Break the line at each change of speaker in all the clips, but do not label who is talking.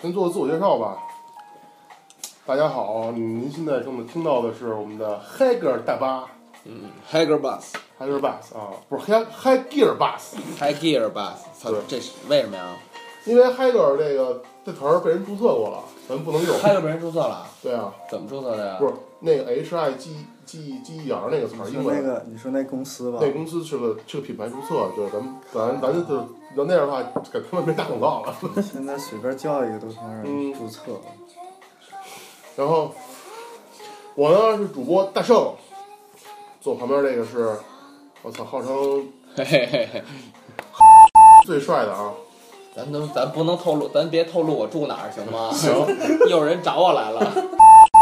先做个自我介绍吧。大家好，您现在正在听到的是我们的 Hager 大巴
嗯 h a g e r Bus、
，Hager Bus 啊，不是 Hag Hager Bus，
High Gear Bus，操
对，
这是为什么呀
因为 Hager 这个这词儿被人注册过了，咱们不能用。
？Higher 被人注册了，
对啊，
怎么注册的呀
不？是那个 H I G G G E R 那个词儿，
你
英
说那
文。
个，你说那公司吧，
那公司是个是个品牌注册，对，咱们咱咱就是要那样的话，给他们没打广告了。
现在随便叫一个都能让
嗯
人注册了。
然后我呢是主播大圣，坐旁边这个是，我操，号称
嘿嘿嘿嘿，
最帅的啊，
咱能咱不能透露，咱别透露我住哪儿行吗？
行，
又 有人找我来了。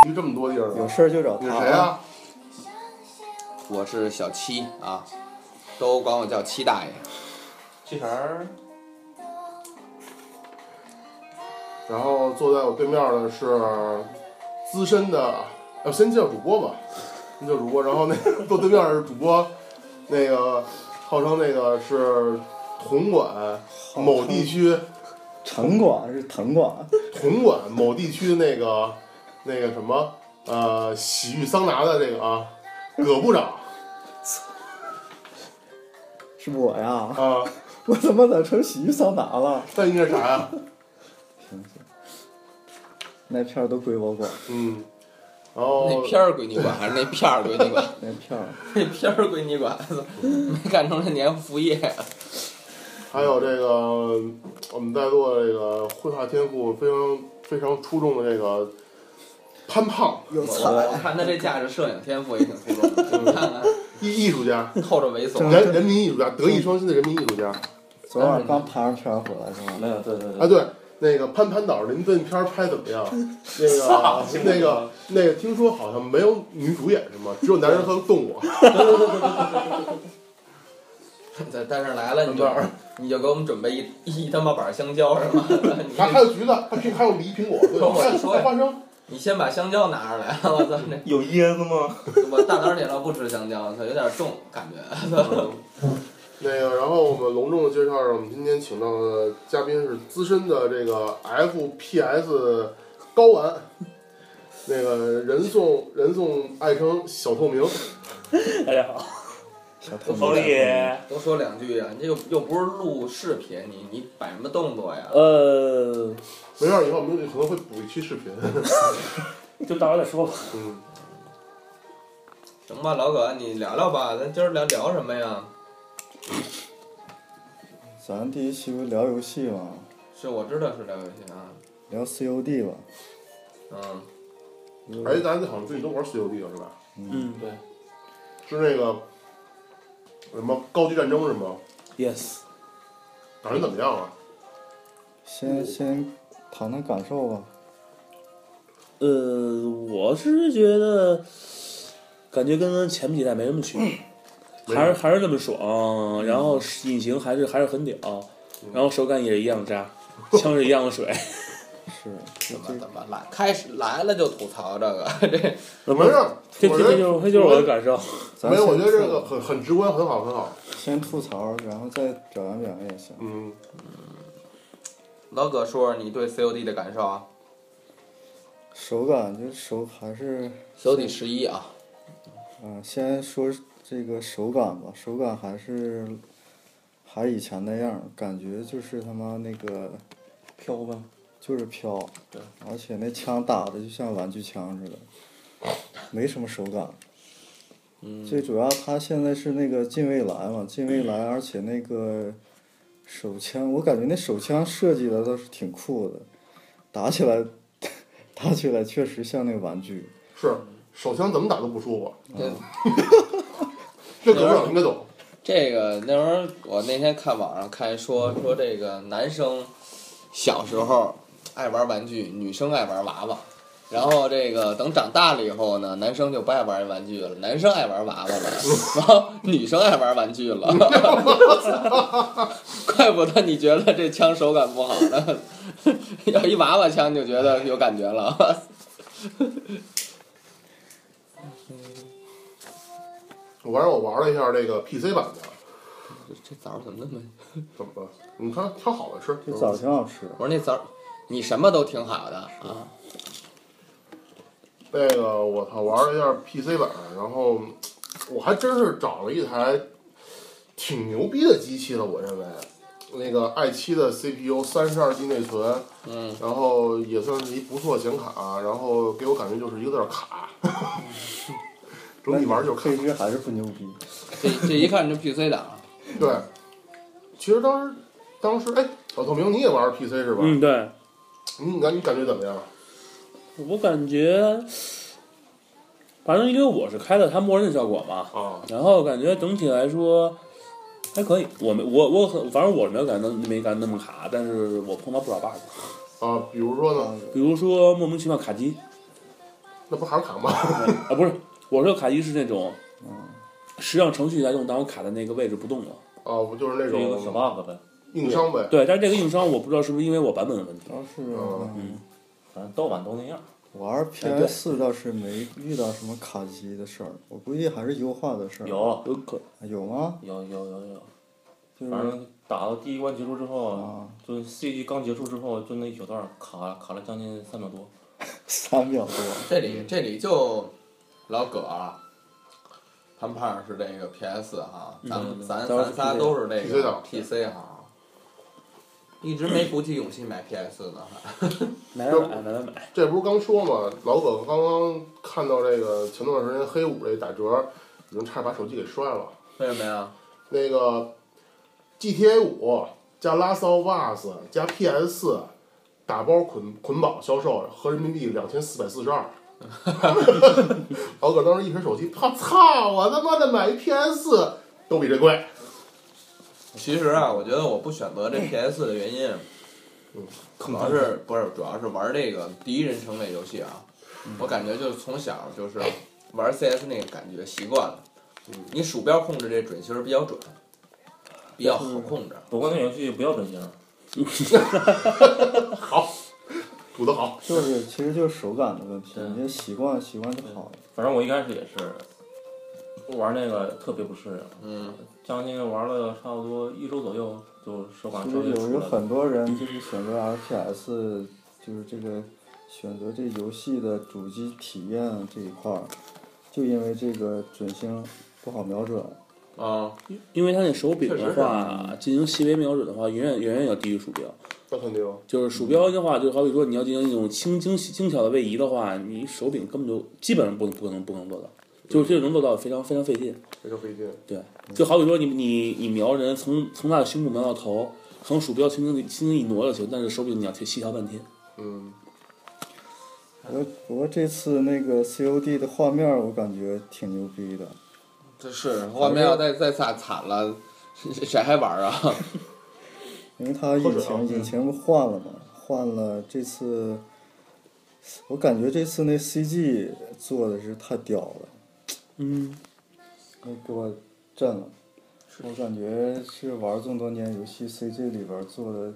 于这么多地儿
有
呢，
事儿就找
你
他。
是谁？啊？
我是小七啊，都管我叫七大爷。
七成儿
然后坐在我对面的是资深的，呃，先介绍主播吧，先介绍主播，然后那个 坐对面是主播，那个号称那个是铜管某地区。
城管是藤管，
铜管某地区那个那个什么呃洗浴桑拿的这个啊，葛部长
是我呀！
啊，
我怎么咋成洗浴桑拿了？
那应该是啥呀？
那片儿都归我管，
嗯，然后
那片儿归你管还是那片儿归你管？
那片儿
那片儿归你管，操没干成这年副业。
还有这个我们在座的这个绘画天赋非常非常出众的这个潘胖
有
我我看他这架势，摄影天赋也挺出众的。你看看，
艺艺术家，
透着猥琐。
人人民艺术家，德艺双馨的人民艺术家
昨晚刚爬上圈回来是吧？
没有，对对对，
嗯
啊，对。那个潘潘导，您这片儿拍怎么 样？那个那个那个，听说好像没有女主演是吗？只有男人和动物。
在但是来了你就你就给我们准备一一他妈板香蕉是吗？ 你
还还有橘子，还苹还有梨苹 果，对，
跟我
还有
说
还有花生。
你先把香蕉拿出来，我操那
有椰子吗？
我大脑铁了不吃香蕉，它有点重感觉。
那个，然后我们隆重的介绍一下，我们今天请到的嘉宾是资深的这个 FPS 高玩，那个人送人送爱称小透明，
大家好，
小
都
偷
哦
说两
所以
句，都说两句啊！你这又又不是录视频，你你摆什么动作呀？
呃，
没事儿，以后我们可能会补一期视频。
就到时候再说吧。
嗯，
行吧，老葛，你聊聊吧，咱今儿聊聊什么呀？
咱第一期不聊游戏吗？
是我知道是聊游戏啊，
聊 COD 吧。
嗯，
而且大家好像最近都玩 COD 了是吧？
嗯，
对
是那个什么高级战争是吗？
，yes，
打人怎么样啊？
先先谈谈感受吧。
呃，我是觉得感觉跟前几代没什么区别，还是嗯还是那么爽，然后隐形还是还是很屌，然后手感也一样渣，枪是一样的 水，
是，
怎么
这
怎么来？开始来了就吐槽这个， 这
没事儿，
这
我觉
这这
得
就这就是我的感受。
咱
没有，我
先
觉得这
吐
个很很直观，很好，很好。
先吐槽，然后再表扬表扬也行。
嗯，
老葛说说你对 COD 的感受啊
手感就手还是
？COD 十一啊，
嗯，先说这个手感吧，手感还是还以前那样儿，感觉就是他妈那个
飘吧，
就是飘，对，而且那枪打的就像玩具枪似的，没什么手感。最主要它现在是那个近未来嘛，近未来，而且那个手枪，我感觉那手枪设计的倒是挺酷的，打起来 打起来确实像那个玩具。
是手枪怎么打都不舒服。这
这
葛部长应该懂。
这个那时候我那天看网上看说说这个男生小时候爱玩玩具，女生爱玩娃娃。然后这个等长大了以后呢，男生就不爱玩玩具了，男生爱玩娃娃了，然后女生爱玩玩具了。 怪不得你觉得这枪手感不好呢， 要一娃娃枪就觉得有感觉了。
我玩我玩了一下这个 PC 版的，
这枣儿怎么那么……
怎么了？你看挑好了吃。
这枣挺好吃，
我说那枣儿，你什么都挺好的啊，
那个我操，玩了一下 PC 版，然后我还真是找了一台挺牛逼的机器了，我认为。那个 i 7的 CPU，三十二 G 内存，
嗯，
然后也算是一不错显卡，然后给我感觉就是一个字儿卡， 整体玩儿就是卡
配。置还是不牛逼。
这这一看就 PC 党，
对，其实当时，当时哎，老透明你也玩儿 PC 是吧？
嗯，对，
你感你感觉怎么样？
我感觉，反正因为我是开的它默认效果嘛，
啊，
然后感觉整体来说还可以。我没我我很，反正我是没有感觉没感觉那么卡，但是我碰到不少 bug，
啊，比如说呢，
比如说莫名其妙卡机
那不还是卡吗？
啊，不是，我说卡机是那种，嗯实际上程序在用，但我卡在那个位置不动了。
啊，不就是那
是一个
种
bug 呗，
硬伤呗？
对，但是这个硬伤我不知道是不是因为我版本的问题
主。要是
嗯
嗯
反正盗版都那样。
玩 PS 倒是没遇到什么卡机的事儿，我估计还是优化的事儿。
有
有可
有吗？
有有有有，
就是
反正打到第一关结束之
嗯
后，
啊，
就 CG 刚结束之后，就那小段儿卡卡了将近三秒多。
三秒多，
这里这里就老葛啊，潘胖是这个 PS 哈，咱们咱
都是
咱仨嗯都是这
PC
个
党
PC 哈，一直没鼓起勇气买 PS 呢，
买买买买买买，
这不是刚说嘛，老葛刚刚看到这个前段时间黑五这打折，已经差点把手机给摔了。
为什么呀？
那个 GTA 五加拉骚 VAS 加 PS 四打包捆捆绑销售，合人民币两千四百四十二。 老葛当时一屏手机，我操！我他妈的买一 PS 四都比这贵。
其实啊，我觉得我不选 择这 PS 的原因，嗯主要是不是主要是玩这个第一人称类游戏啊，我感觉就是从小就是玩 CS 那个感觉习惯了，你鼠标控制这准其实比较准，比较好控制。
不过那游戏不要准星，
好，补得好。
就是其实就是手感的问题，
对
你就习惯习惯就好了。
反正我一开始也是玩那个特别不适应，
嗯，
将近玩了差不多一周左右，就手感
就
稍
是
微
有
出
有
来了。
很多人就是选择 FPS，就是这个选择这游戏的主机体验这一块儿，就因为这个准星不好瞄准，
啊，
因为它那手柄
确实
的
是
话，进行细微瞄准的话，远远远远要低于鼠标。
那肯定，
就是鼠标的话，就好比说你要进行一种轻精细精巧的位移的话，你手柄根本就基本上不不可能不可能做到，就是这能做到非常非常费劲。
非常费劲。
对，就好比说你你你瞄人从从他的胸部瞄到头，可能鼠标轻轻地轻轻一挪就行，但是手柄你要去细调半天。
嗯，
不过不过这次那个 COD 的画面儿我感觉挺牛逼的，
这是画面要再再惨惨了，谁谁还玩啊？
因为它
喝
引
水啊
擎
嗯
引擎不换了嘛，换了这次，我感觉这次那 CG 做的是太屌了，
嗯，
那给我震了。我感觉是玩这么多年游戏 CG 里边儿做的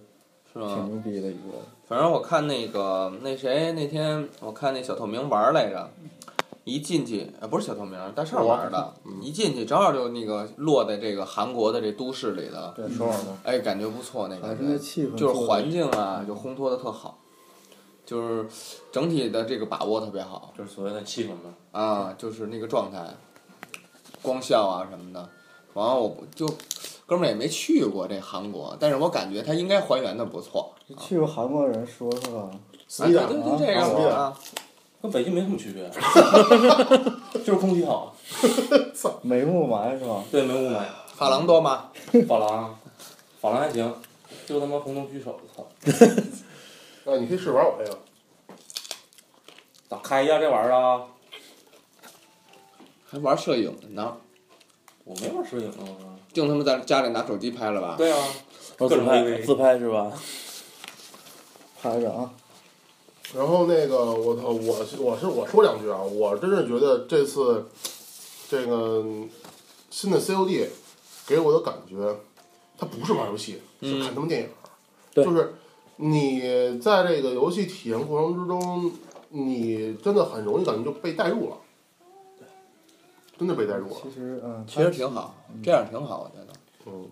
是
挺
吗？
牛逼的一个，
反正我看那个那谁那天我看那小透明玩来着，一进去啊不是小透明，大圣玩的，
嗯
一进去正好就那个落在这个韩国的这都市里的，
对，
手感吗？
哎，感觉不错那
嗯还
感
是那
觉，
气氛
就
做
是
得，
环境啊就烘托的特好，就是整体的这个把握特别好
就是所谓的气氛嘛。
啊，就是那个状态，光效啊什么的。完了我不就哥们儿也没去过这韩国，但是我感觉他应该还原的不错。
去过韩国人说说吧，
死逼
啊
的
对，对对，这
啊
个我啊，
跟北京没什么区别，啊就是空气好，
没雾霾是吧？
对，没雾霾。
发廊多吗？
法郎，法郎还行，就他妈红灯区手，操！
那哎你可以试玩我这个。
咋开一下这玩意儿啊？
还玩摄影呢，
我没玩摄影啊。
净他妈在家里拿手机拍了吧？
对啊，
我哦自
各种
拍
微微
自拍是吧？
拍着啊，
然后那个我操，我是我是我说两句啊，我真是觉得这次这个新的 COD 给我的感觉，它不是玩游戏，是看他们电影儿，
对
就是你在这个游戏体验过程之中，你真的很容易感觉就被带入了，真的被带入了，
其实嗯，
其实挺好，这样挺好，我觉 得。
嗯。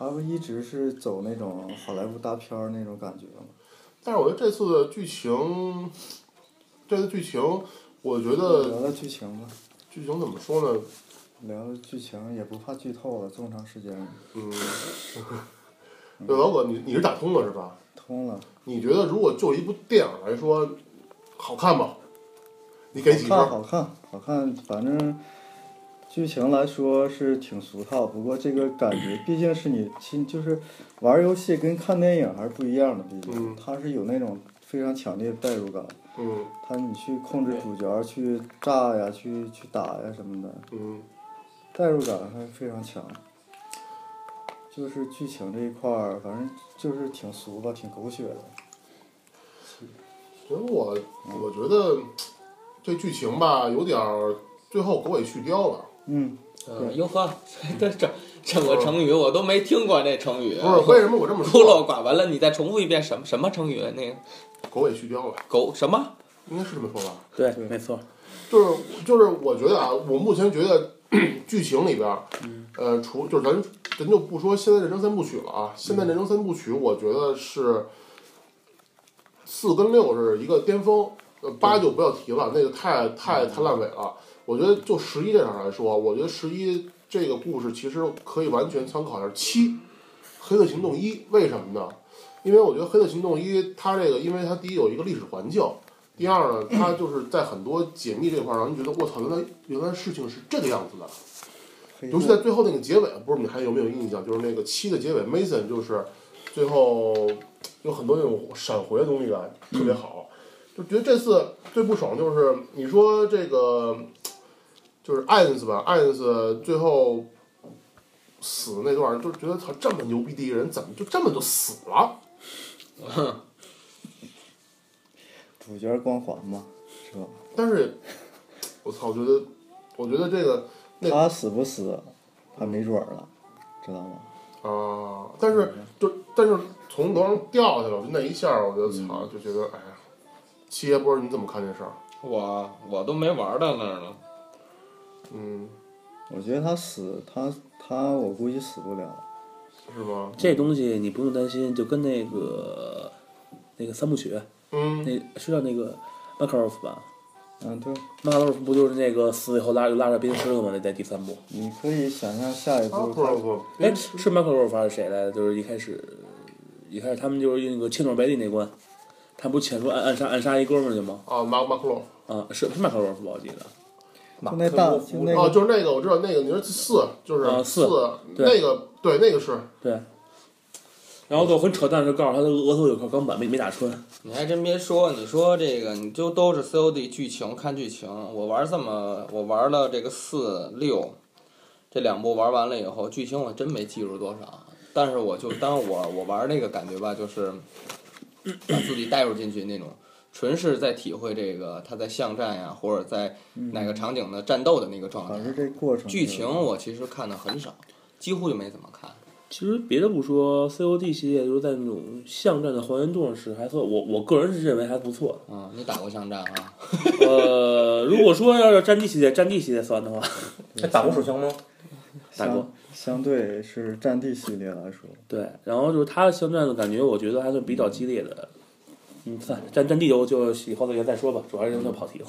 他不一直是走那种好莱坞大片儿那种感觉吗？
但是我觉得这次的剧情，这次剧情，我觉
聊
得
聊剧情吧，
剧情怎么说呢？
聊聊剧情也不怕剧透了，这么长时间了
嗯，对，老葛，你你是打通了是吧？
通了，
你觉得如果就一部电影来说，好看吗？你给几分？
好看好看好看，反正剧情来说是挺俗套，不过这个感觉毕竟是你亲，就是玩游戏跟看电影还是不一样的，毕竟、
嗯
它是有那种非常强烈的代入感，
嗯
它你去控制主角去炸呀，去去打呀什么的，
嗯
代入感还是非常强。就是剧情这一块儿，反正就是挺俗吧，挺狗血的。
其实我我觉得这剧情吧，有点儿最后狗尾续貂了。
嗯，
嗯，哟呵，这整整个成语我都没听过这成语。
不是为什么我这么
孤
说？
陋寡闻了，你再重复一遍什么什么成语？那个
狗尾续貂了，
狗什么？
应该是这么说吧？
对，
对
没错，
就是就是，我觉得啊，我目前觉得 剧情里边儿，呃，除就是咱咱就不说《现代战争三部曲》了啊，《现代战争三部曲》我觉得是四跟六是一个巅峰，呃，八就不要提了，那个太太太烂尾了。我觉得就十一这场来说，我觉得十一这个故事其实可以完全参考一下七《黑色行动一》，为什么呢？因为我觉得《黑色行动一》它这个，因为它第一有一个历史环境，第二呢，它就是在很多解密这块儿，让人觉得我操，原来原来事情是这个样子的。
黑
尤其
色
在最后那个结尾，不是你还有没有印象？就是那个七的结尾，Mason 就是最后有很多那种闪回的东西感，特别好。就觉得这次最不爽就是你说这个就是艾恩斯吧，艾恩斯最后死的那段儿，就觉得操，这么牛逼的一个人，怎么就这么就死了？
主角光环嘛，是吧？
但是，我操，我觉得，我觉得这个那
他死不死，还没准儿了，知道吗？
啊、但是就但是从楼上掉下来，我就那一下儿，我就操，就觉得哎呀，七爷波儿你怎么看这事儿？
我我都没玩到那儿呢。
嗯，
我觉得他死，他他我估计死不了。
是吗？
这东西你不用担心，就跟那个那个三部曲，
嗯，
那是叫那个马卡洛夫吧？
嗯，对，
马卡洛夫不就是那个死以后拉拉着鞭尸了吗？那在第三部。
你可以想象下一
啊
步
不
他
不不，
哎，是马可洛夫还是谁来的？就是一开始，一开始他们就是那个切诺贝利那关，他不潜入暗暗杀暗杀一哥们儿去吗？
啊，马马克洛，
啊，是是马可洛夫吧？我记得。
就那大就那
哦，
个
就是那个我知道那个，你说四就是、
啊
四
四，对
那个对那个是
对。然后就很扯淡，就告诉他的额头有块钢板没没打穿。
你还真别说，你说这个你就都是 COD 剧情看剧情。我玩这么，我玩了这个四六这两部玩完了以后，剧情我真没记住多少。但是我就当我我玩那个感觉吧，就是把自己带入进去那种，纯是在体会这个他在巷战呀，或者在
嗯
哪个场景的战斗的那个状
反
态
正。这过程
剧情我其实看的很少，几乎就没怎么看。
其实别的不说，COD 系列就是在那种巷战的还原度上是还算，我我个人是认为还不错
嗯，你打过巷战啊？
的。呃，如果说要是战地系列，战地系列算的话，
哎，打过手枪吗？
打过
相相对是战地系列来说，
对。然后就是他的巷战的感觉，我觉得还算比较激烈的。嗯，算战战地就就以后再再说吧，主要是就跑题了。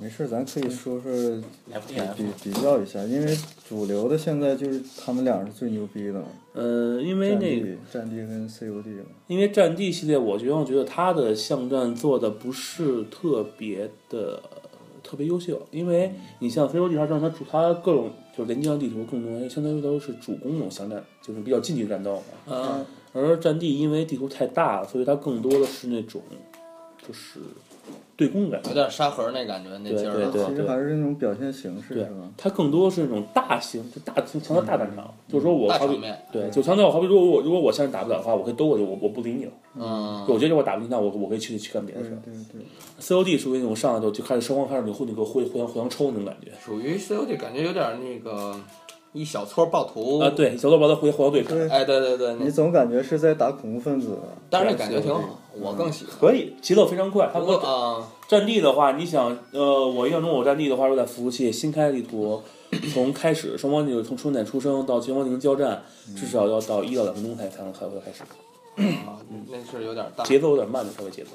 没事儿，咱可以说说比
FTF
比较一下，因为主流的现在就是他们俩是最牛逼的嘛，
呃，因为
战
那个
地战地跟 COD 嘛，
因为战地系列，我觉得我觉得它的巷战做的不是特别的特别优秀，因为你像非洲地图上，它主它各种就是连接上地图更多，相当于都是主攻那种巷战，就是比较近距离战斗嘛。
嗯，
而战地因为地图太大，所以它更多的是那种就是对攻感，
有点沙盒那感觉，那劲儿啊。
对对
其实还是那种表现形式
对
是吧？
它更多是那种大型就大强调大战场，就是说我
大
好
场
比
面，
对就强调好比如果我如果我现在打不了的话，我可以兜过去，我我不理你了。
嗯，
我觉得我打不赢，那我我可以去去干别的
对
事儿。
对对，
COD 属于那种上来就就开始双方开始你互那个互互相互相抽那种感觉
属于 COD 感觉有点那个一小撮暴
哦
徒
啊，，对，小豆包的互相互相对抗，
对
哎，对对对，
你
那
总感觉是在打恐怖分子，
但是那感觉挺好，我更喜欢。
可以节奏非常快。它
不
不
过
哦
啊，
战地的话，你想，呃，我印象中我战地的话是在服务器新开地图， 从开始
嗯
双方那个从春点出生到全方进行交战，至少要到一到两分钟才才能才会开始。
啊，那是有点大。
节奏有点慢了，稍微节奏。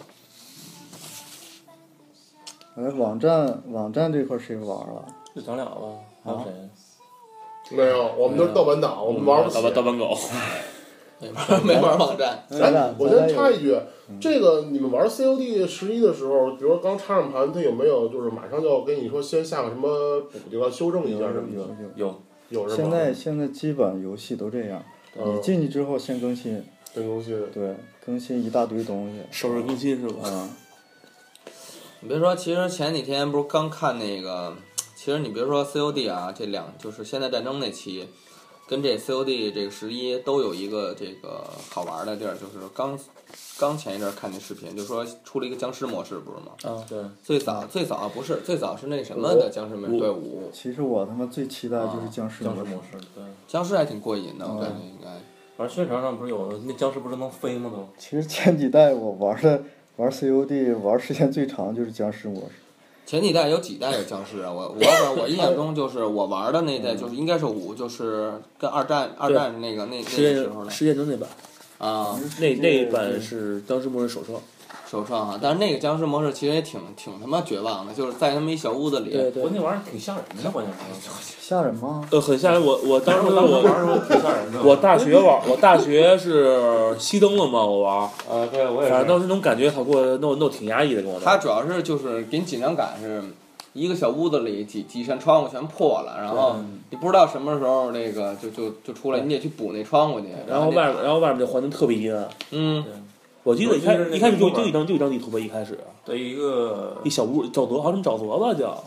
哎，网站网站这块儿谁玩了？
就咱俩吧，还有谁？
没有，我们都是盗版党，我们玩不起
嗯盗。版盗版狗，
没玩没玩网站，
咱俩
我先
咱俩
插
有
一句，这个你们玩 COD 十一的时候，比如说刚插上盘，它有没有就是马上就要跟你说先下个什么补丁啊，修正一下什么
有
的？
有。
有，
有是吗？
现在现在基本游戏都这样，你
嗯，
进去之后先更新，
真东西
对，更新一大堆东西。
首日更新是吧？
嗯
啊，
你别说，其实前几天不是刚看那个，其实你别说 COD 啊，这两就是现代战争那期，跟这 COD 这个十一都有一个这个好玩的地儿，就是刚刚前一阵儿看那视频，就说出了一个僵尸模式，不是吗？
啊，
对，
最早最早啊不是最早是那什么的僵尸模式，对五
其实我他妈最期待就是僵尸
僵
模
尸
式
模式，对。
僵尸还挺过瘾的，我感觉应该。
反正宣传上不是有的，那僵尸不是能飞吗都？
其实前几代我玩的玩 COD 玩时间最长就是僵尸模式，
前几代有几代有僵尸啊？我我反我印象中就是我玩的那代就是应该是五，就是跟二战二战那个那那个
实
时候
验
的
实验中那版，
啊。
嗯
那那一版是当时末日首创，
首创啊，但是那个僵尸模式其实也挺挺他妈绝望的，就是在他们一小屋子里，
对对
我。那玩意儿挺吓人的，关键 是。
吓人吗？
呃，很吓人。我我当时
我
我
当时玩的时候挺吓人的。
我大学玩，我大学是熄灯了嘛，我玩，
啊，对，我也
反正当
是。
时那种感觉好给我弄弄挺压抑的，跟我
它
说。
主要是就是给你紧张感是。一个小屋子里几几扇窗户全破了，然后你不知道什么时候那个就就就出来，你得去补那窗户去。
然后
那
外面，然后外面这环境特别阴暗。
嗯，
我记得一开
尤其是那
一开始就
地图
就
嘛
一张就一张地图吧，一开始
对一个
一小屋沼泽，好像沼泽吧叫。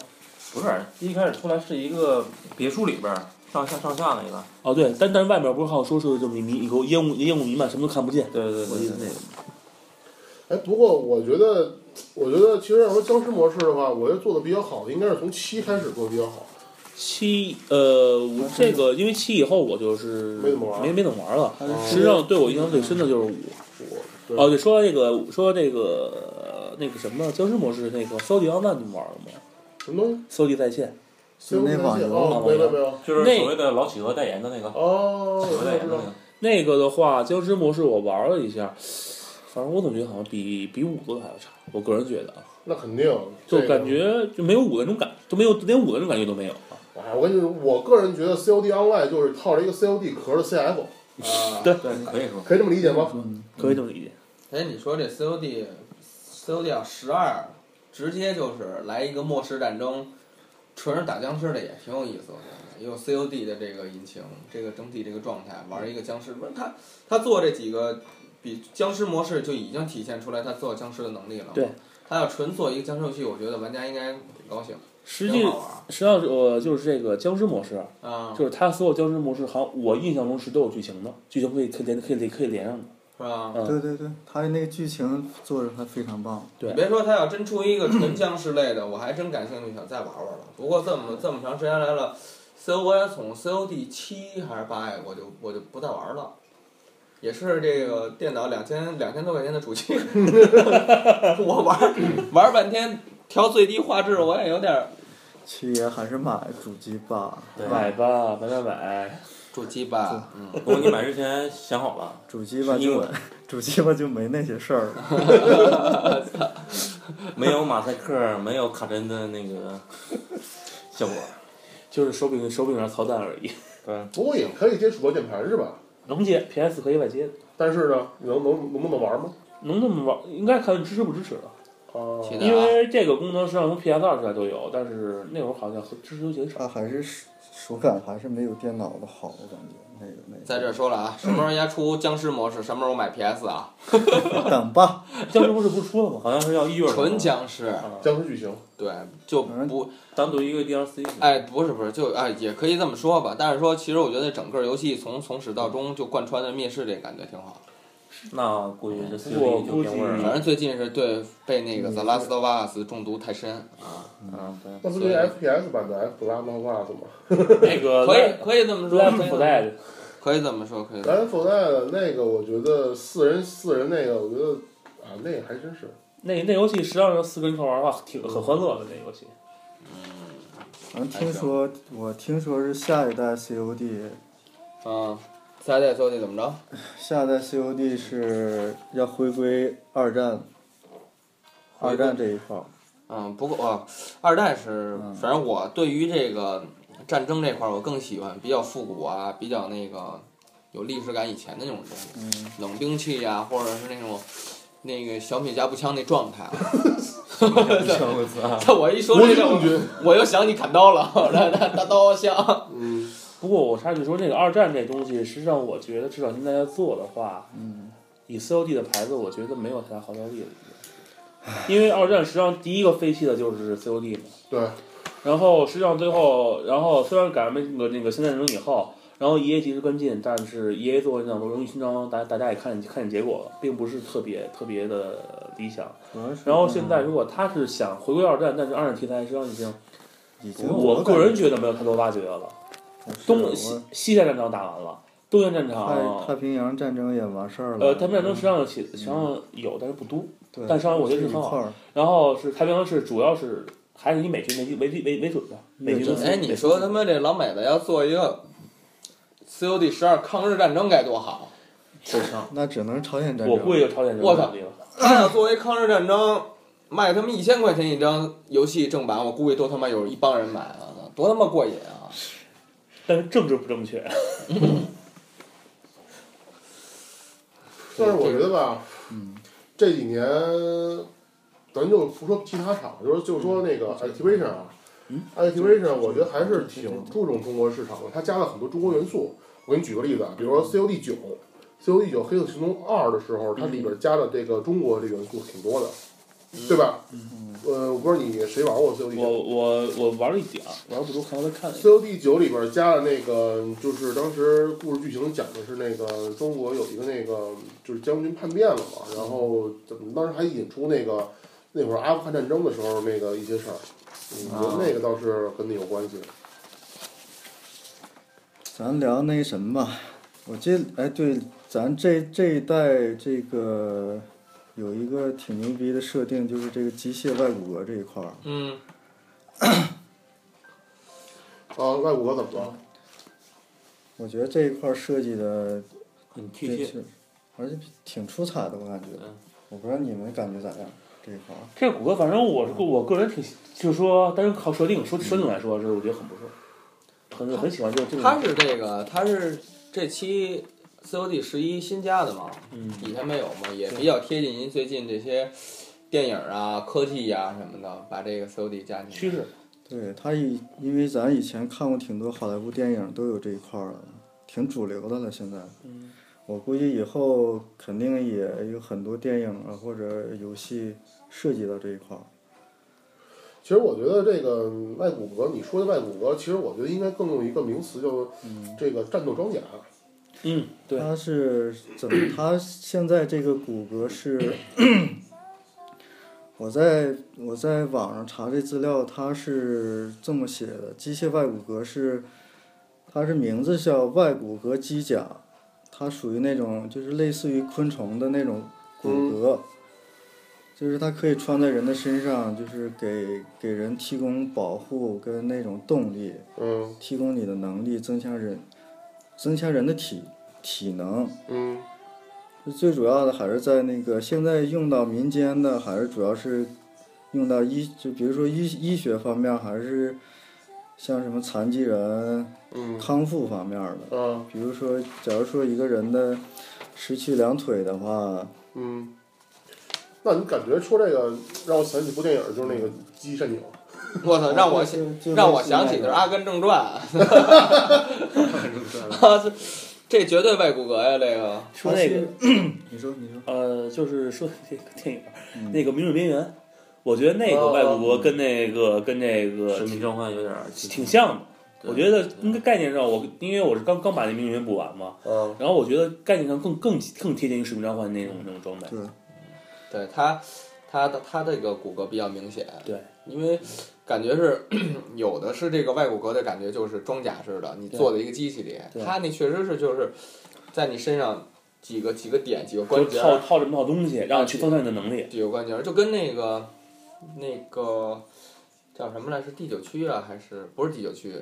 不是一开始出来是一个别墅里边儿上下上下那个。
哦对，但但是外面不是好像说是就迷迷有烟雾烟雾弥漫，什么都看不见。
对对
我
对
记
对
得那
对
个。
哎，不过我觉得，我觉得其实要说僵尸模式的话，我觉得做的比较好的应该是从七开始做的比较好。
七呃，我这个因为七以后我就是
没怎么玩
没没怎么玩了。
它是
哦
实际上对我印象最深的就是五。
对
哦，对，说到这个，说到这个呃那个什么僵尸模式，那个《搜集王万》你们玩了吗？
什么东西？
《搜集在线》
新闻
那网游
哦，
网
没
游
了没了。
就是所谓的老企鹅代言的那个，
哦，
企鹅
我
代
知
言的
道
那。个，
那个的话，僵尸模式我玩了一下，反正我总觉得好像比比五做的还要差，我个人觉得啊，
那肯定，这
就
个
感。觉就没有五的那种感，就没有连五的那种感觉都没有啊。
哎，我跟你说，我个人觉得 COD Online 就是套着一个 COD 壳的 CF，
啊，
对
对，可以说。
可以这么理解吗？
可以这么理解。
哎，你说这 COD COD 啊十二，直接就是来一个末世战争，纯是打僵尸的也挺有意思，我觉得有 COD 的这个引擎，这个整体这个状态，玩一个僵尸，不是他他做这几个比僵尸模式就已经体现出来他做僵尸的能力了。
对，
他要纯做一个僵尸游戏，我觉得玩家应该挺高兴，
实际
挺好玩儿。
实际上是呃就是这个僵尸模式，
啊，
就是它所有僵尸模式，好像我印象中是都有剧情的，剧情可以可以连可以连可以连上的。
是吧？
嗯
对对对，它那个剧情做的还非常棒。
对
你别说他要真出一个纯僵尸类的，我还真感兴趣，想再玩玩了。不过这么这么长时间来了，C O 我也从 C O D 七还是八呀，我就我就不再玩了。也是这个电脑两千两千多块钱的主机， 我玩玩半天，调最低画质，我也有点儿
七爷还是买主机吧，
对
买吧，买买买，
主机吧，嗯，
不过你买之前想好了，
主机吧
是英
就
文
主机吧就没那些事儿了。
没有马赛克，没有卡针的那个效果。
就是手柄手柄上操蛋而已，
对，
不过也可以接触到键盘是吧？
能接 PS 可以外接的，
但是呢，能能能不能玩吗？
能这么玩，应该看支持不支持了。
哦、
期待
因
啊。
为这个功能实际上从 PS 二时代就有，但是那会儿好像和支持游戏 很
它
少。
还是手手感还是没有电脑的好，我感觉那个那个。
在这儿说了啊，什么时候人家出僵尸模式，什么时候我买 PS 啊？
等 吧，
僵尸不是不是出了吗？
好像是要一月份
纯僵尸，
僵尸剧情，
对，就不
单独一个 DLC。
哎，不是不是，就哎，也可以这么说吧。但是说，其实我觉得整个游戏从从始到终就贯穿着灭世这感觉挺好。
那估计这 CD
我
就变味儿
反
嗯
了。
正最近是对被那个《The Last of Us》中毒太深啊，
嗯，对。
那不是 FPS 版的 F 拉莫瓦斯吗？
呃那个
可以可以这么说，
Left
可以
for Dead
可以这么说，可以这么说。
蓝否带的那个，我觉得四人四人那个，我觉得啊，那个还真是。
那那游戏实际上四个人一块玩的话，挺很欢乐的那游戏。
反正听说我听说是下一代 COD
嗯，下一代坐骑怎么着？
下一代 COD 是要回归二战，
回归
二战这一块儿，
嗯，不过啊，二代是，反正我对于这个战争这块儿，我更喜欢比较复古啊，比较那个有历史感以前的那种东西，
嗯，
冷兵器呀、或者是那种那个小米加步枪那状态啊。
我操！
但我一说
国
这
际
个，
政军，
我又想起砍刀了，大大大刀像，
嗯，
不过我插句说，这个二战这东西，实际上我觉得至少现在要做的话，
嗯，
以 COD 的牌子，我觉得没有太大号召力了。已经因为二战实际上第一个废弃的就是 COD 嘛，
对，
然后实际上最后，然后虽然改名那个那个现代人以后，然后 EA 及时跟进，但是 E EA 做那种荣誉勋章，大家大家也看看见结果了，并不是特别特别的理想。
主要是
然后现在如果他是想回归二战，但是二战题材实际上已经，
已经
我
感
个人觉得没有太多挖掘了。
是
东
我
西西线战场打完了，东线战
太太
场，
平洋战争也完事儿了，
呃，太平洋战争实际上有起实际上有，但是不多。
对，
但是我觉
是
得是
一
很好
块儿，
然后是太平洋是主要是还是以美军为为为为准的，美军的。
哎，你说他妈这老美的要做一个 COD 十二抗日战争该多好！
受伤，
那只能朝鲜战争。
我估计就朝鲜战争
我操
这个
他要作为抗日战争卖他妈一千块钱一张游戏正版，我估计都他妈有一帮人买啊，多他妈过瘾啊！
但是政治不正确。
但是我觉得吧，
嗯，
这几年，咱就不说其他厂，就是就说那个 Activision 啊、a c t i v i s i o n 我觉得还是挺注重中国市场的，它加了很多中国元素。我给你举个例子啊，比如说 COD 九、COD 九《黑色行动二》的时候，它里边加的这个中国的元素挺多的，对吧？呃，我不知道你谁玩过 COD
我
九
我我玩了一点儿，玩不多，看我再看了一眼。
？COD 九里边加了那个，就是当时故事剧情讲的是那个中国有一个那个就是将军叛变了嘛，然后怎么当时还引出那个那会儿阿富汗战争的时候那个一些事儿，嗯，我觉得那个倒是跟那有关系。
咱聊那什么吧，我记得哎，对，咱这这一代这个有一个挺牛逼的设定，就是这个机械外骨骼这一块儿，
嗯，
啊，外骨骼怎么了？
我觉得这一块儿设计的
很贴
真
切。
是，而且挺出彩的，我感觉
嗯。
我不知道你们感觉咋样？这一块儿，
这骨骼，反正我是个我个人挺，就是说，但是靠设定说设定来说，是我觉得很不错，很很喜欢这种这
嗯 他
种。
是这个，他是这期 COD 十一新加的嘛，
嗯，
以前没有嘛，也比较贴近您最近这些电影啊、科技呀、什么的，把这个 COD 加进去。
趋势
对他以，因为咱以前看过挺多好莱坞电影都有这一块儿了，挺主流的了。现在，
嗯
我估计以后肯定也有很多电影啊或者游戏涉及到这一块儿。
其实我觉得这个外骨骼，你说的外骨骼，其实我觉得应该更用一个名词，叫这个战斗装甲。
嗯，对，
它是怎么？它现在这个骨骼是，我在我在网上查这资料，它是这么写的：机械外骨骼是，它是名字叫外骨骼机甲，它属于那种就是类似于昆虫的那种骨骼，就是它可以穿在人的身上，就是给给人提供保护跟那种动力。
嗯
提供你的能力，增强人，增强人的体体能。
嗯
最主要的还是在那个现在用到民间的，还是主要是用到医，就比如说医医学方面，还是像什么残疾人
嗯
康复方面的。
啊
比如说，假如说一个人的失去两腿的话，
嗯，那你感觉说这个让我想起一部电影，就是那个《机器战警》。
我操，让我
就就
让我想起的是《阿甘正传》啊，这这绝对外骨骼呀，这个。
说那个
你说 你说，
呃，就是说这个电影儿，那个《民主边缘》，我觉得那个
哦
外国跟那个跟那个
神秘召唤有点儿
挺像的。
对
我觉得应该概念上，我因为我是刚刚把那《民主边缘》补完嘛，
嗯，
然后我觉得概念上更更更贴近于《使命召唤》那种那种装备。
对，
对他，他的他这个骨骼比较明显。
对，
因为感觉是有的是这个外骨骼的感觉，就是装甲似的，你
对
做的一个机器里，
对
他那确实是就是在你身上几个几个点几个关
就
节，
套套这么套东西，让你去增强你的能力。
几个关节就跟那个那个叫什么来是第九区啊，还是不是第九区？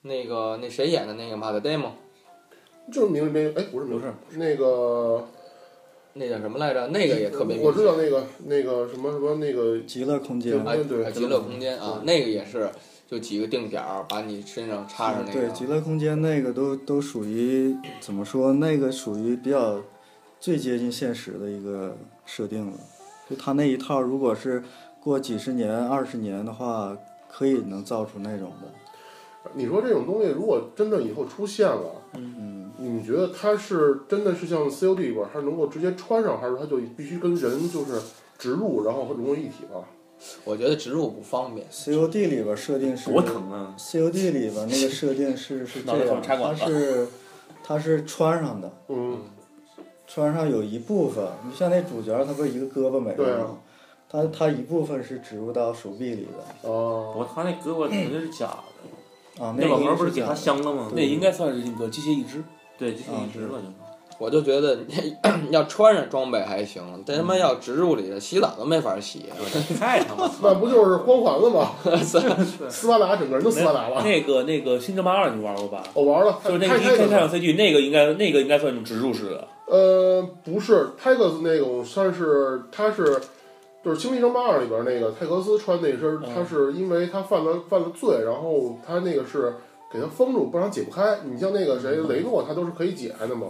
那个那谁演的那个马德戴蒙，
就是明明哎不是明
不是
那个
那叫什么来着？那个也特别明显
我知道那个那个什么什么那个
极乐空间，
对
哎，
对
哎
极
极
乐
乐
空
空间啊，那个也是，就几个定点儿把你身上插上那个。
对极乐空间那个都都属于怎么说？那个属于比较最接近现实的一个设定了。就它那一套，如果是过几十年、二十年的话，可以能造出那种的。
你说这种东西如果真的以后出现了，
嗯，
你们觉得它是真的是像 COD 里边儿它能够直接穿上，还是它就必须跟人就是植入，然后融为一体了？
我觉得植入不方便。
COD 里边设定是
多疼啊！
COD 里边那个设定是是
脑袋
这
放
样，
插
它
管了
是它是穿上的，
嗯，
穿上有一部分，你像那主角他不是一个胳膊没
对啊
了吗？他他一部分是植入到手臂里的
哦、
嗯
我他那胳膊肯定是假的，
啊，
那老头儿不
是
是给
假
他
的
镶了吗？
那应该算是那个机械义肢，
对，就是
啊
一直了就。
我就觉得 要穿上装备还行，但他
嗯
妈要植入里头，洗澡都没法洗。
太他妈
那不就是光环了 吗？斯巴达整个人都斯巴达了。
那个那个《星战八二》你玩过吧？
我玩了，
就是那
泰
个第一开
泰
始看
格
上 C G，那个应该那个应该算是植入式的。
呃，不是泰格斯那种，算是他是就是《星际争霸二》里边那个泰格斯穿那身，他是因为他犯了犯了罪，然后他那个是给他封住，不然解不开。你像那个谁雷诺，他都是可以解开的嘛。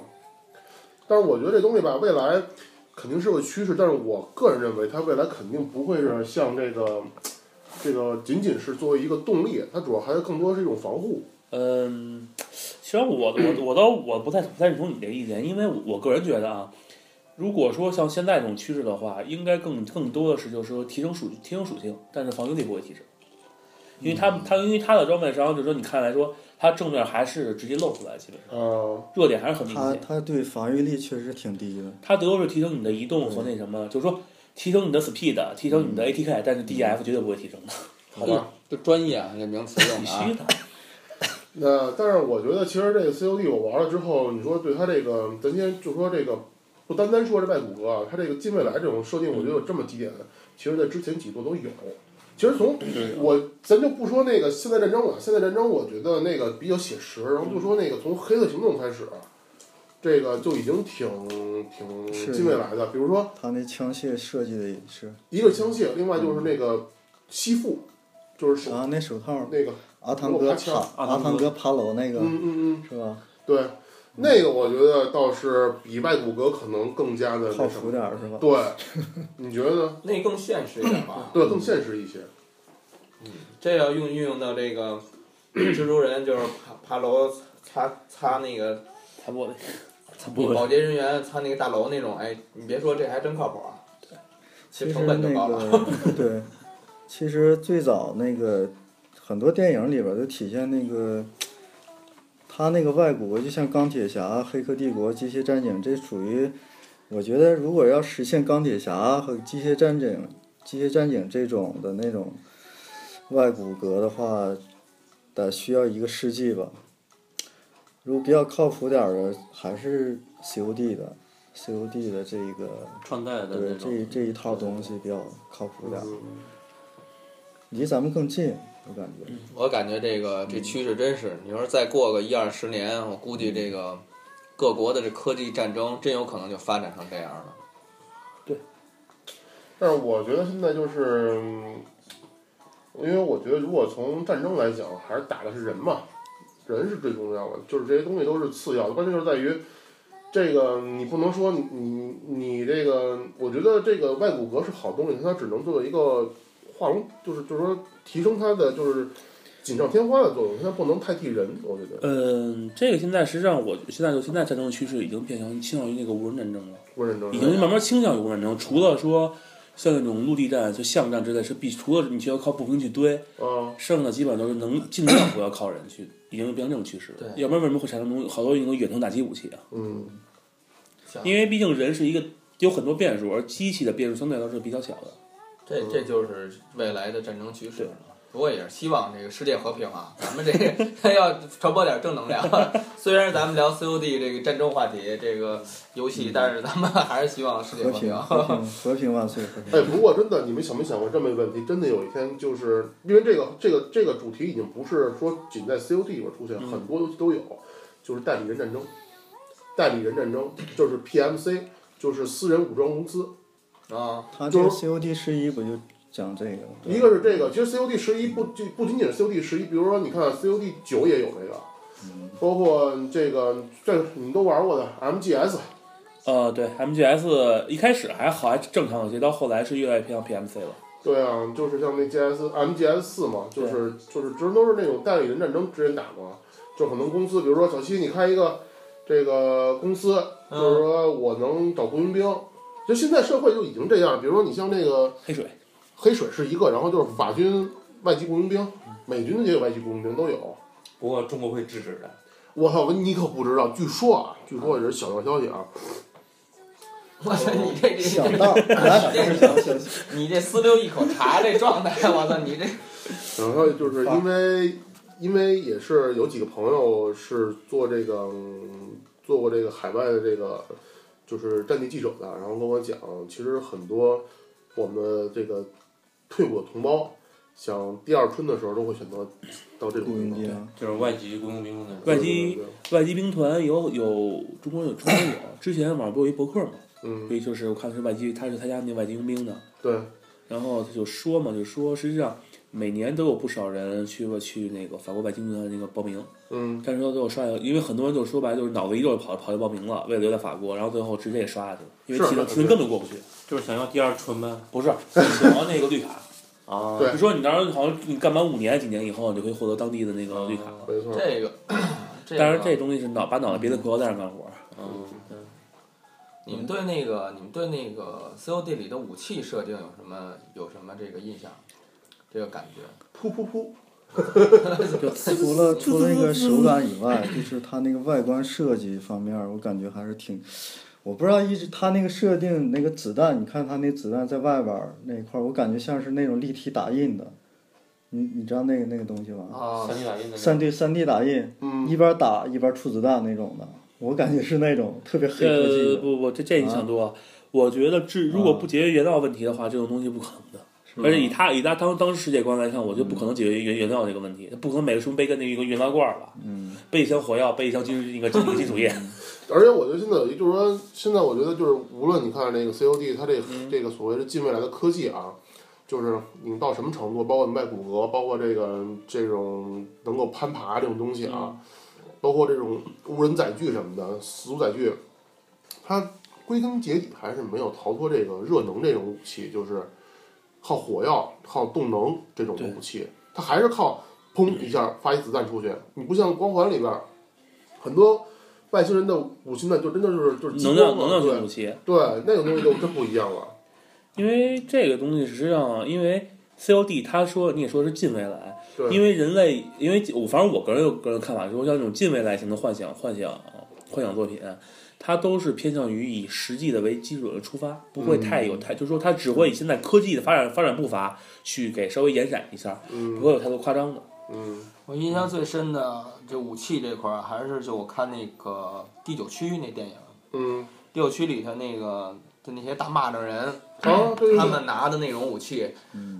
但是我觉得这东西吧，未来肯定是有趋势，但是我个人认为，它未来肯定不会是像这个这个仅仅是作为一个动力，它主要还更多是一种防护。
嗯，其实我我我倒我不太不太认同你这个意见，因为我我个人觉得啊，如果说像现在这种趋势的话，应该更更多的是就是说提升属提升属性，但是防御力不会提升，因为他们他因为他的装备上就是说你看来说他正面还是直接露出来，基本上
呃，
弱点还是很明
他
显。
他对防御力确实挺低的，
他最多是提升你的移动和那什么，就是说提升你的 speed，提升你的 ATK，但是 DF 绝对不会提升的，
好吧，
就专业啊，这名词 用
必
的啊
须。的。
那但是我觉得，其实这个 COD 我玩了之后，你说对它这个，咱先就说这个，不单单说这外骨骼啊，它这个近未来这种设定，我觉得有这么几点，其实在之前几座都有。其实从我咱就不说那个现代战争了，现代战争我觉得那个比较写实，然后就说那个从黑色行动开始，这个就已经挺挺
是
近未来的。比如说
他那枪械设计的也是
一个枪械，另外就是那个吸附，就是手
啊，那手套
那个，
阿汤哥
我爬
爬
墙
阿汤哥爬楼那个、
嗯嗯嗯。
是吧？
对，那个我觉得倒是比外骨骼可能更加的
靠
那什
谱
么。
点儿是吧？
对，你觉得呢？
那更现实一点吧。
对，更现实一些。
这要用运用到这个 蜘蛛人，就是爬爬楼擦擦那个
他不，他不
保洁人员擦那个大楼那种，哎，你别说，这还真靠谱啊。
其
这
实
成本就
那
高了。
个对，其实最早那个很多电影里边儿都体现那个他那个外骨骼，就像钢铁侠、黑客帝国、机械战警，这属于我觉得如果要实现钢铁侠和机械战警、机械战警这种的那种外骨骼的话，得需要一个世纪吧。如果比较靠谱点儿的，还是 COD 的，COD 的这个
穿戴的
对这
那种。
这一套东西比较靠谱点儿，
嗯，
离咱们更近，我感觉。
我感觉这个这趋势真是，你说再过个一二十年，我估计这个各国的这科技战争真有可能就发展成这样了。
但是我觉得现在就是，嗯因为我觉得如果从战争来讲，还是打的是人嘛，人是最重要的，就是这些东西都是次要的，关键就是在于。这个你不能说你你你这个，我觉得这个外骨骼是好东西，它只能作为一个化龙，就是就是说提升它的就是锦上添花的作用，它不能太替人，我觉得。
嗯，这个现在实际上我现在就现在战争的趋势已经变成倾向于那个无人战争了，
无人争
已经慢慢倾向于无人战争。除了说像那种陆地战、就巷战之类是必，除了你需要靠步兵去堆，
啊，
剩下的基本上都是能尽量不要靠人去，已经变成这种趋势了。
对
要不然为什么会产生那种好多那种远程打击武器啊？
嗯，
因为毕竟人是一个有很多变数，而机器的变数相对来说是比较小的。
这
嗯
这就是未来的战争趋势了。不过也是希望这个世界和平啊， 咱们这个要传播点正能量。 虽然咱们聊 COD 这个战争话题这个游
嗯
戏，但是咱们还是希望世界
和
和
平，
平。啊
和平，和平万岁！和
哎，
平。
不过真的，你们想没想过这么一个问题？真的有一天，就是因为这个这个这个主题已经不是说仅在 COD 里边出现，很多游戏都有，就是代理人战争。代理人战争，就是 PMC，就是私人武装公司。
哦
啊，
他这个
就是
COD 十一不就讲这个？
一个是这个，其实 COD 十一不就不仅仅是 COD 十一，比如说你看 COD 九也有这个，包括这个这你们都玩过的 MGS，
呃，对，MGS 一开始还好，还正常有些，到后来是越来越偏向 PMC 了。
对啊，就是像那 GS MGS 四嘛，就是就是之前都是那种代理人战争之前打嘛，就很多公司，比如说小西你开一个这个公司，
嗯
就是说我能找雇佣兵，就现在社会就已经这样，比如说你像这个
黑水，
黑水是一个，然后就是法军外籍雇佣兵，美军也有外籍雇佣兵都有，
不过中国会制止的。
我操，你可不知道，据说啊，据说也是小道消息啊，
我操，你这这
想到来，
你这私溜一口茶这状态，我操，你这
然后就是因为因为也是有几个朋友是做这个嗯做过这个海外的这个就是战地记者的，然后跟我讲，其实很多我们的这个退伍的同胞，想第二春的时候都会选择到这种
雇佣
地
兵
方。
啊，
就是外籍雇佣兵那种。
外
对，
籍
对对
外籍兵团有有中国有中国有，之前网上不有一博客嘛，
嗯，
所以就是我看是外籍，他是参加那外籍佣兵的，
对，
然后他就说嘛，就说实际上每年都有不少人去去那个法国外籍兵团那个报名，
嗯，
但是都有刷，因为很多人就说白了就是脑子一热就跑跑去报名了，为了留在法国，然后最后直接给刷下去了，因为
是
提成
是
提成根本过 不去，
就是想要第二春呗。
不是想要那个绿卡，
啊
对
就说你当时好像你干满五年几年以后，你就可以获得当地的那个绿卡了。
没错。
这 个，这个
但是这东西是脑把脑袋别在裤腰带上干活儿，
嗯，你们对那个你们对那个 COD 里的武器设定有什么有什么这个印象？这个感觉？
噗噗噗，
就
除了除了那个手感以外，就是它那个外观设计方面，我感觉还是挺，我不知道一直它那个设定那个子弹，你看它那子弹在外边儿那一块儿，我感觉像是那种立体打印的，你你知道那个那个东西吗？
啊，
三 D 打印的。
三 D 三 D 打印，
嗯，
一边打一边出子弹那种的，我感觉是那种特别黑科技
呃，
的。啊
不不，这这你想多了。我觉得这如果不解决原料问题的话，这种东西不可能的。而且以他以他当当时世界观来看，我觉得
嗯
不可能解决原原料这个问题，不可能每个书背个那个原料罐儿吧？
嗯，
背一箱火药，背一箱金那个金那个金属液。
而且我觉得现在有一，就是说，现在我觉得就是，无论你看那个 COD，它这这个所谓的近未来的科技啊，就是你到什么程度，包括你卖骨骼，包括这个这种能够攀爬这种东西啊，
嗯
包括这种无人载具什么的，死无载具，它归根结底还是没有逃脱这个热能这种武器，就是靠火药、靠动能这种的武器，它还是靠砰一下发一子弹出去。你不像光环里边儿很多。外星人的武器呢，就真的就是就是激
能
光
量
嘛
能量型武器，
对对，那种东西就真不一样了。
因为这个东西实际上，因为 COD 他说你也说是近未来，
对，
因为人类，因为我反正我个人有个人看法，说像这种近未来型的幻想幻想幻想作品，它都是偏向于以实际的为基准出发，不会太
嗯
有太，就是说它只会以现在科技的发展发展步伐去给稍微延展一下，不
嗯
会有太多夸张的。
嗯
我印象最深的这武器这块儿，还是就我看那个第九区那电影，
嗯，
第九区里头那个就那些大蚂蚱人，
啊，对嗯对
他
对，
们拿的那种武器，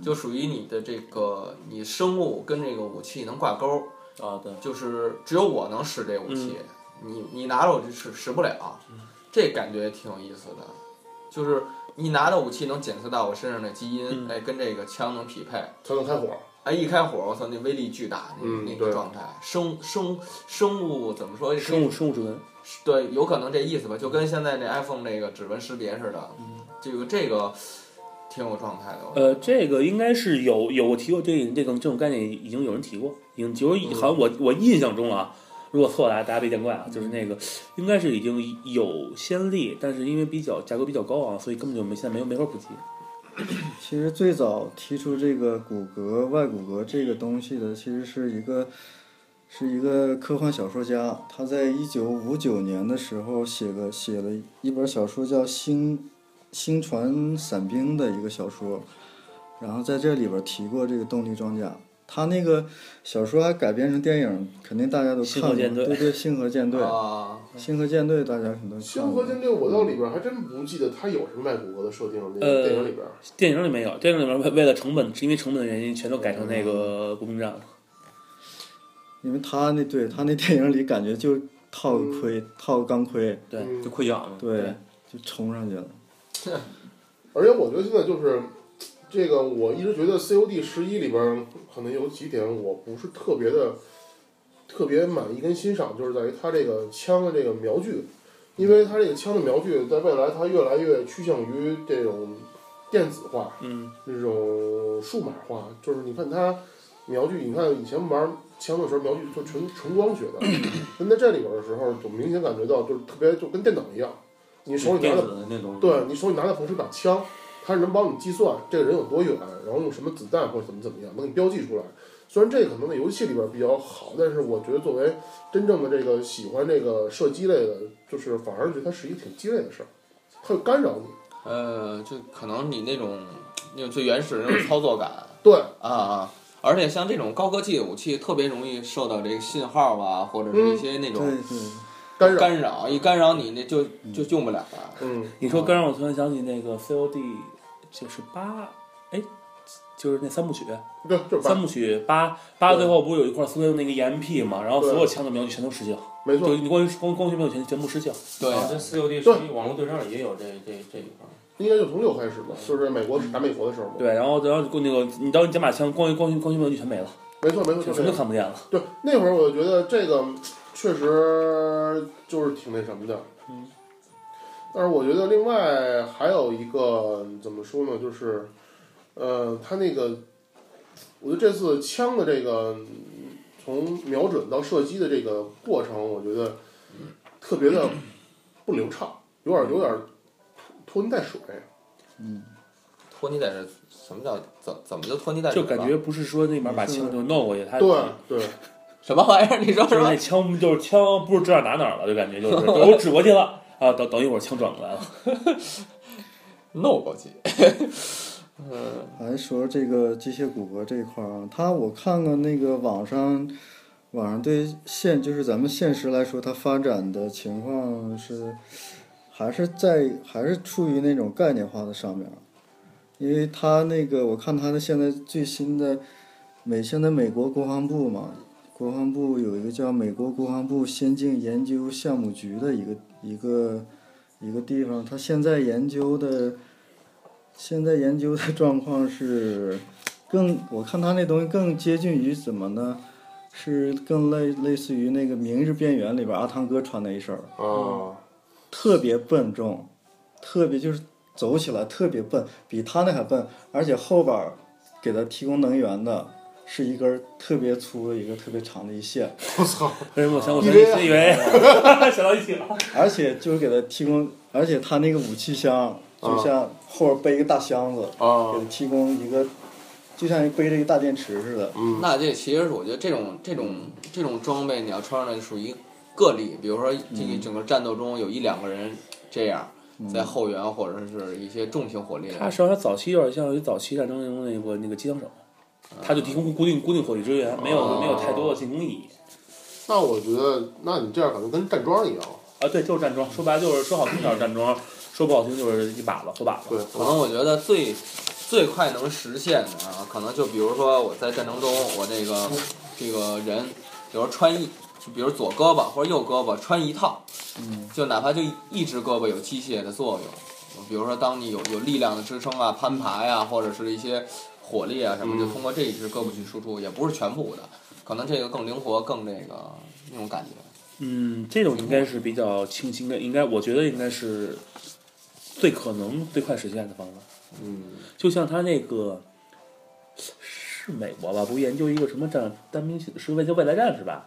就属于你的这个你生物跟这个武器能挂钩，
啊，对。
就是只有我能使这武器，你你拿着我就使使不了，这感觉挺有意思的，就是你拿的武器能检测到我身上的基因，
嗯
哎，跟这个枪能匹配，
才能开火。
哎，一开火，我操，那威力巨大，那、
嗯
那
对
个状态，生生生物怎么说？
生物生物指纹，
对，有可能这意思吧，就跟现在那 iPhone 那个指纹识别似的，这个这个挺有状态的。我觉得
呃，这个应该是有有提过这这种这种概念，已经有人提过，已经就是好像我
嗯
我印象中啊，如果错了大家别见怪啊，就是那个应该是已经有先例，但是因为比较价格比较高昂，所以根本就没现在没有没法普及。
其实最早提出这个骨骼外骨骼这个东西的，其实是一个是一个科幻小说家，他在一九五九年的时候写个写了一本小说叫《星星船伞兵》的一个小说，然后在这里边提过这个动力装甲。他那个小说还改编成电影，肯定大家都看
星
过。
河舰队
对嗯对，星河 舰队，
啊，
星河舰队大家可能看
星
过
河。舰队，我到里边还真不记得它有什么卖骨骼的设定，那个
呃
电影里边。
电影里没有，电影里面为为了成本，是因为成本的原因，全都改成
嗯
那个步兵战了。
因为他那对他那电影里感觉就套个盔，套个钢盔，
对
嗯
就溃疡嘛。
对
对，
就冲上去了。
而且我觉得现在就是这个，我一直觉得 COD 十一里边儿可能有几点我不是特别的特别满意跟欣赏，就是在于它这个枪的这个瞄具，因为它这个枪的瞄具在未来它越来越趋向于这种电子化，
嗯，
这种数码化，就是你看它瞄具，你看以前玩枪的时候瞄具就纯纯光学的，但在这里边的时候，就明显感觉到就是特别就跟电脑一样，你手里拿
电
的
子的那种。
对你手里拿的不是一把枪，它是能帮你计算这个人有多远，然后用什么子弹或者怎么怎么样，能给你标记出来。虽然这个可能在游戏里边比较好，但是我觉得作为真正的这个喜欢这个射击类的，就是反而觉得它是一个挺鸡肋的事儿，它会干扰你。
呃，就可能你那种那种最原始的那 种操作感
对，
啊啊，而且像这种高科技的武器，特别容易受到这个信号啊，或者是一些那
对
嗯
种
干
对，
扰。
干扰，一干扰你那就就用不了了。
嗯，
你说刚让我突然想起那个 COD，就是八，哎，就是那三部曲，
对，就是
三
把
部曲八八最后不是有一块苏联那个 EMP 嘛，然后
对
所有枪的瞄具全都失效，
没
就
错，
你光光光学瞄全全部失效。
对
嗯
啊
啊，
这四六 D 十一网络对战也有这这这一块儿。
应该就从六开始吧，就是美国打美国的时候嘛。
对，然后然后就那个你当你捡把枪，光光光学瞄具全没了，
没错，没错，
就
就这
什
个
么都。看不见了。
对，那会儿我就觉得这个确实就是挺那什么的。
嗯。
但是我觉得另外还有一个怎么说呢，就是，呃，他那个，我觉得这次枪的这个嗯从瞄准到射击的这个过程，我觉得特别的不流畅，有点有点拖泥带水。
拖泥带水，什么叫怎怎么就拖泥带水
就
了？
感觉不是说那边把枪就弄过去，他
对对，
什么玩意儿？你说
就
什
是
么
那？枪就是枪，不是指哪打哪儿了，就感觉就是我指过去了啊，等等一会儿枪转过来了。
no 过去。
还说这个机械骨骼这一块儿啊，它我看了那个网上，网上对现就是咱们现实来说，它发展的情况是，还是在还是处于那种概念化的上面儿，因为它那个我看它的现在最新的美现在美国国防部嘛，国防部有一个叫美国国防部先进研究项目局的一个一个一个地方，它现在研究的。现在研究的状况是更，我看它那东西更接近于怎么呢？是更类类似于那个《明日边缘》里边阿汤哥穿的一身儿，
啊，
特别笨重，特别就是走起来特别笨，比他那还笨，而且后边儿给他提供能源的是一根儿特别粗的一个特别长的一线，
我操，
为什么我
嗯
想我
以
想
为
起以为想到一起
啊
了？
而且就是给他提供，而且他那个武器箱就像后边背一个大箱子，
啊
给他提供一个，就像背着一个大电池似的。
嗯，
那这其实我觉得这种这种这种装备你要穿上来属于个例，比如说这
嗯
个整个战斗中有一两个人这样，在后援或者是一些重型火力，
他实际上他早期有点像于早期战争中那个那个机枪手，他就提供固定固定火力支援，没有没有太多的进攻意义。
那我觉得，那你这样可能跟站桩一样。
啊，对，就是站桩，说白了就是说好听点儿站桩，说不好听就是一把子火把子。
对，
可能我觉得最最快能实现的啊，可能就比如说我在战争中，我这个这个人，比如穿一，就比如左胳膊或者右胳膊穿一套，
嗯，
就哪怕就一只胳膊有机械的作用，比如说当你有有力量的支撑啊、攀爬呀、或者是一些火力啊什么，
嗯
就通过这一只胳膊去输出，也不是全部的，可能这个更灵活，更那个那种感觉。
嗯，这种应该是比较清新的，应该我觉得应该是最可能最快实现的方法。
嗯，
就像他那个是美国吧，不研究一个什么战单兵是为叫未来战士吧？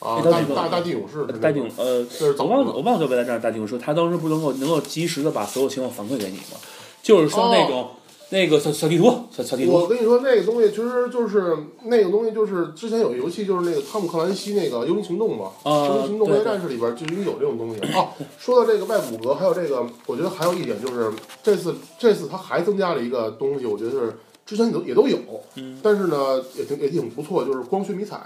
啊，
那倒
大
是
大大地勇士，
大定呃，
这是
我
怎么
忘了我忘了叫未来战士大定说，他当时不能够能够及时的把所有情况反馈给你吗？就是说那种、那个小小地图小小地
哦我
图，
跟你说，那个东西其实就是那个东西，就是之前有个游戏，就是那个汤姆克兰西那个《幽灵行动》嘛，
啊
幽灵行动》
对
外战士》里边就已经有这种东西了。哦，说到这个外骨骼，还有这个，我觉得还有一点就是，这次这次他还增加了一个东西，我觉得是之前也都也都有，
嗯
但是呢，也挺也挺不错，就是光学迷彩，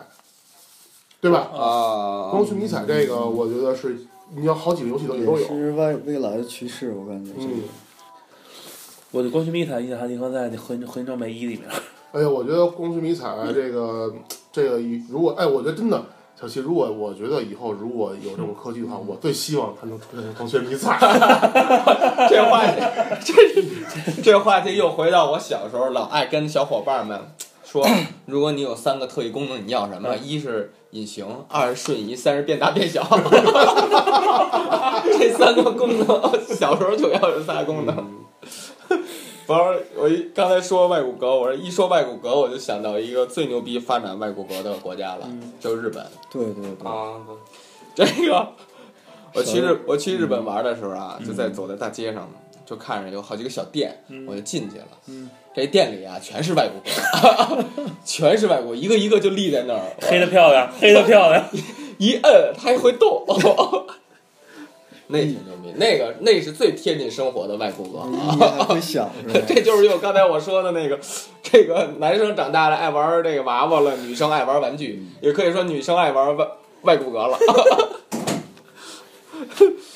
对吧？
啊、
光学迷彩这个，我觉得是你要好几个游戏都也都
也
有，
是未未来的趋势，我感觉这
嗯
个。。
我对光学迷彩印象还停留在那合合照
哦
美一里面。
啊哎呀，我觉得光学迷彩这个这个，如果哎，我觉得真的，小七，如果我觉得以后如果有这种科技的话，我最希望它能出现腾讯迷彩。
这话，这这话题又回到我小时候老爱跟小伙伴们说，如果你有三个特异功能，你要什么？一是隐形，二是瞬移，三是变大变小。 这三个功能，小时候就要有仨功能。 不是，我一刚才说外骨骼，我说一说外骨骼，我就想到一个最牛逼发展外骨骼的国家了，就是日本。
对对对，
啊，
这个，我去日我去日本玩的时候啊，就在走在大街上，就看着有好几个小店，我就进去了。这店里啊，全是外国人， 全是外国，一个一个就立在那儿，
黑的漂亮，黑的漂亮。
一摁它还会动。 那挺牛逼，那个那是最贴近生活的外国哥。
你还会想是吧？
这就是用刚才我说的那个，这个男生长大了爱玩这个娃娃了，女生爱玩玩具，也可以说女生爱玩外外骨骼了。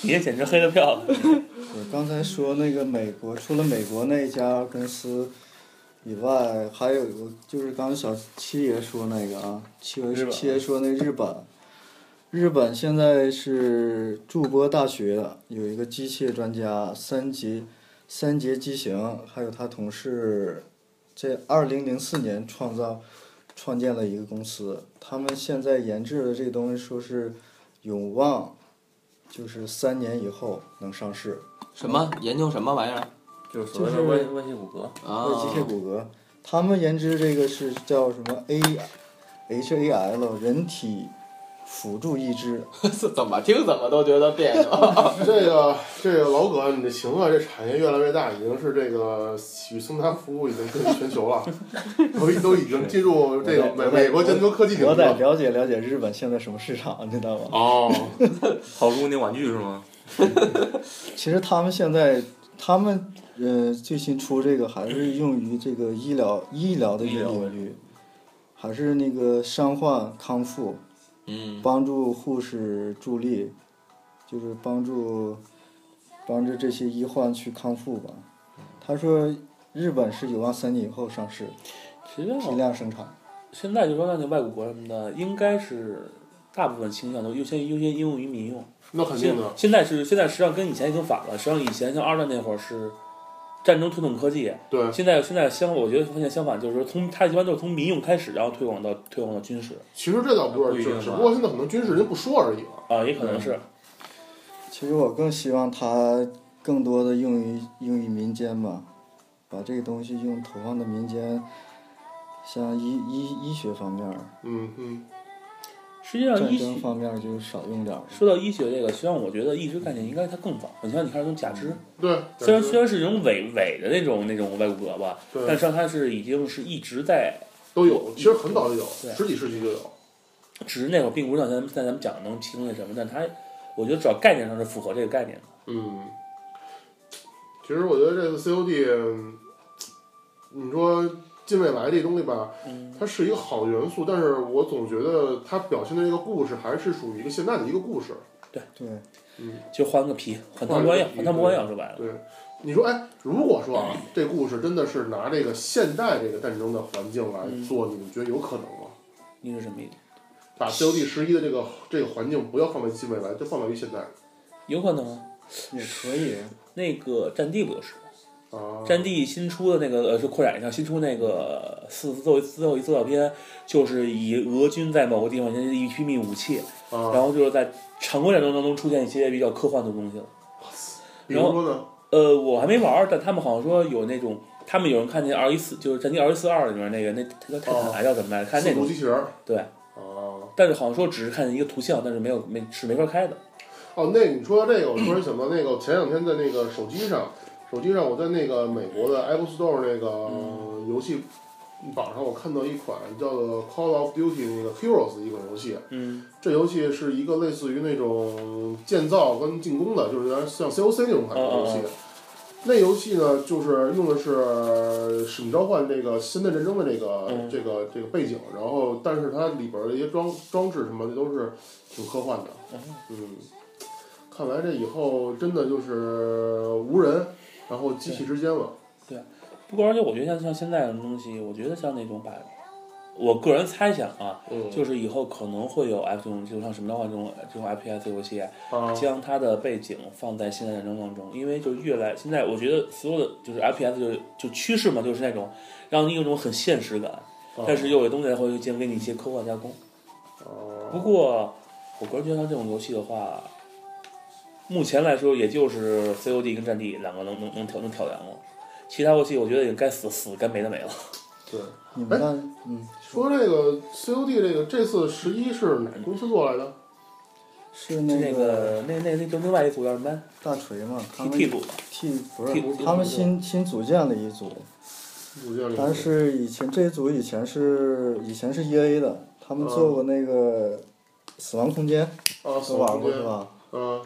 你也简直黑的漂亮。
我刚才说那个美国，除了美国那一家公司以外，还有一个就是刚才小七爷说那个啊，七
日
爷
本
七爷说那日本，日本现在是筑波大学有一个机械专家三节三节机行，还有他同事，这二零零四年创造创建了一个公司，他们现在研制的这个东西说是有望。就是三年以后能上市，
什么研究什么玩意儿
就是所谓的
就是
外外界骨骼，
啊
对？机械骨骼，他们研制这个是叫什么 A H A L 人体辅助义肢，
是怎么听怎么都觉得别扭。
这个这个老葛，你这行啊，这产业越来越大，已经是这个洗浴生态服务已经跟全球了，都都已经进入这个美美国尖端科技领
我
域
得
了。
了解了解日本现在什么市场，你知道吗？
哦，
跑出那玩具是吗？
其实他们现在他们呃最新出这个还是用于这个医疗医疗的一个领域，还是那个伤患康复，
嗯，
帮助护士助力，就是帮助帮助这些医患去康复吧。他说，日本是有望三年以后上市，
其实
批量生产。
现在就说那那外骨骼什么的，应该是大部分倾向都优先优先应用于民用。
那肯
现
定的。
现在是现在实际上跟以前已经反了，实际上以前像二战那会儿是战争推动科技，
嗯
对，
现在现在相我觉得发现相反，就是说从它一般都是从民用开始，然后推广到推广到军事
其实这倒不是，
不一定
只
吧
只不过现在可能军事人不说而已了。
啊，也可能
嗯
是
其实我更希望它更多的用于用于民间吧，把这个东西用投放到民间，像医医医学方面儿、
嗯嗯，
实际上
战
医
争
学
方面儿就少用点儿。
说到医学这个，实际上我觉得义肢概念应该它更早。你像你看从假
嗯
肢，
对。
虽然虽然是一种伪伪的那种那种外骨骼吧，
对
但实际上它是已经是一直在
都有，其实很早就有
对，
十几世纪就有。
只是那会儿并不是像咱们像咱们讲的能提供那什么，但它我觉得主要概念上是符合这个概念的。
嗯，其实我觉得这个 COD，你说近未来这东西吧，
嗯
它是一个好元素，但是我总觉得它表现的这个故事还是属于一个现代的一个故事。
对，
就换个皮，换汤不换药，换汤不换药说白了。
对，你说，哎，如果说啊，这故事真的是拿这个现代这个战争的环境来
嗯
做，你们觉得有可能吗？
你是什么意思？
把 COD 十一的这个这个环境不要放在近未来，就放到于现代
有可能啊。
也可以。
那个《战地》不就是？
啊。
《战地》新出的那个呃，是扩展一下，新出那个四最后一最后一资料片，就是以俄军在某个地方先是一批密武器，
啊，
然后就是在常规战争当中出现一些比较科幻的东西了。
比如说呢，
呃，我还没玩儿，但他们好像说有那种，他们有人看见二一四，就是《战地二一四二》里面那个那他叫泰坦还叫怎么来着？看
四
那
足
种
机器人儿。
对
啊。
但是好像说只是看见一个图像，但是没有没是没法开的。
哦，那你说到这个，我突然想到那个前两天在那个手机上，手机上我在那个美国的 Apple Store 那个
嗯
游戏榜上，我看到一款叫做《Call of Duty》那个 Heroes 一款游戏。
嗯，
这游戏是一个类似于那种建造跟进攻的，就是有点像 COC 那种感觉的游戏
嗯嗯。
那游戏呢，就是用的是《使命召唤》这个《新的战争》的这个、
嗯
这个这个背景，然后但是它里边的一些装装置什么的都是挺科幻的。嗯，看来这以后真的就是无人，然后机器之间了。
不过而且我觉得像像现在的东西，我觉得像那种把我个人猜想啊，
嗯，
就是以后可能会有 F 这种，就像什么召唤这种这种 FPS 游戏，
啊，
将它的背景放在现在战争当中，因为就越来现在我觉得所有的就是 FPS 就是就趋势嘛，就是那种让你有种很现实感，
嗯啊
但是又有东西会先给你一些刻画加工。
哦，
不过我个人觉得像这种游戏的话，目前来说也就是 COD 跟战地两个能能能挑能挑梁了，其他游戏我觉得也该死死该没的没了。
对，
你
哎
们那嗯，
说这个 COD 这个这次十一是哪公司做来的？
是
是
那
那个那那那就另外一组叫什么呀
大锤嘛，他
替
们
替补，
替不
替
是
补
他们新新组建了一组，
组建里
但是以前这一组以前是以前是 E A 的，他
哦
们做过那个《死亡空间》
啊，死
都
亡空
玩过
间
是吧？
啊，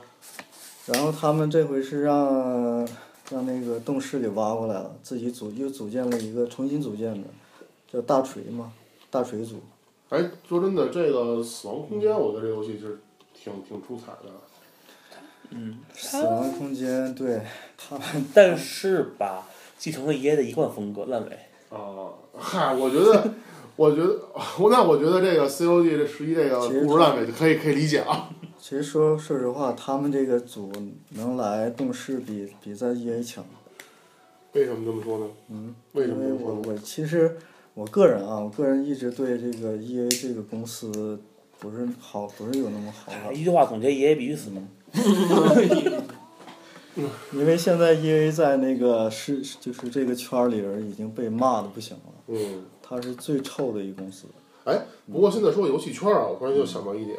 然后他们这回是让让那个动视给挖过来了，自己组又组建了一个重新组建的，叫大锤嘛，大锤组。
哎，说真的，这个死亡空间，我觉得这游戏是挺挺出彩的。
嗯，
死亡空间，对他们
但是吧，继承了爷爷的一贯风格，烂尾。
啊，嗨，我觉得， 我觉得，我那我觉得这个 COD 这十一这个
其实
故事烂尾就可以可以理解啊。
其实说说实话，他们这个组能来动视比比在 EA 强，
为什么这么说呢？
嗯，
为什
因
么
为
这么说
我
呢？
我其实我个人啊，我个人一直对这个 EA 这个公司不是好，不是有那么好啊
哎
感，
一句话总结：爷爷必须死吗？
因为现在 EA 在那个是就是这个圈儿里人已经被骂的不行了。
嗯，
它是最臭的一公司。
哎，不过现在说游戏圈啊，我突然
嗯
就想到一点，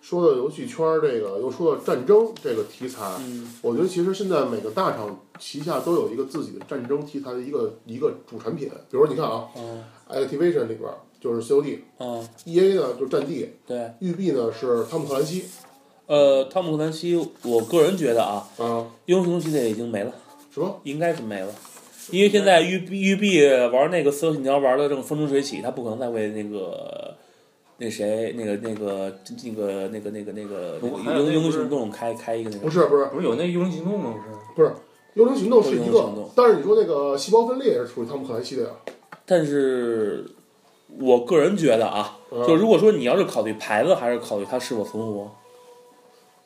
说到游戏圈儿这个，又说到战争这个题材，
嗯，
我觉得其实现在每个大厂旗下都有一个自己的战争题材的一个一个主产品，比如说你看啊
嗯
啊
，Activision 里边儿就是 COD，EA
啊，
E 呢就是战地，
对，
育碧呢是汤姆克兰西
呃，汤姆克兰西，我个人觉得啊，
啊，
英雄系列已经没了，
什么
应该是没了，因为现在育碧育碧玩那个《刺客信条》玩的正风生水起，他不可能再为那个那谁那个那个那个那个那个那个
不
那
还
个
有
英
那
英雄
不是
行动开开一个那
不
个。
是不是
不是有那幽灵行动吗？不
幽灵行动是一
幽灵
个
行动，
但是你说那个细胞分裂也是属于汤姆克兰西的呀。
但是，我个人觉得啊，
嗯
就如果说你要是考虑牌子，还是考虑它是否存活，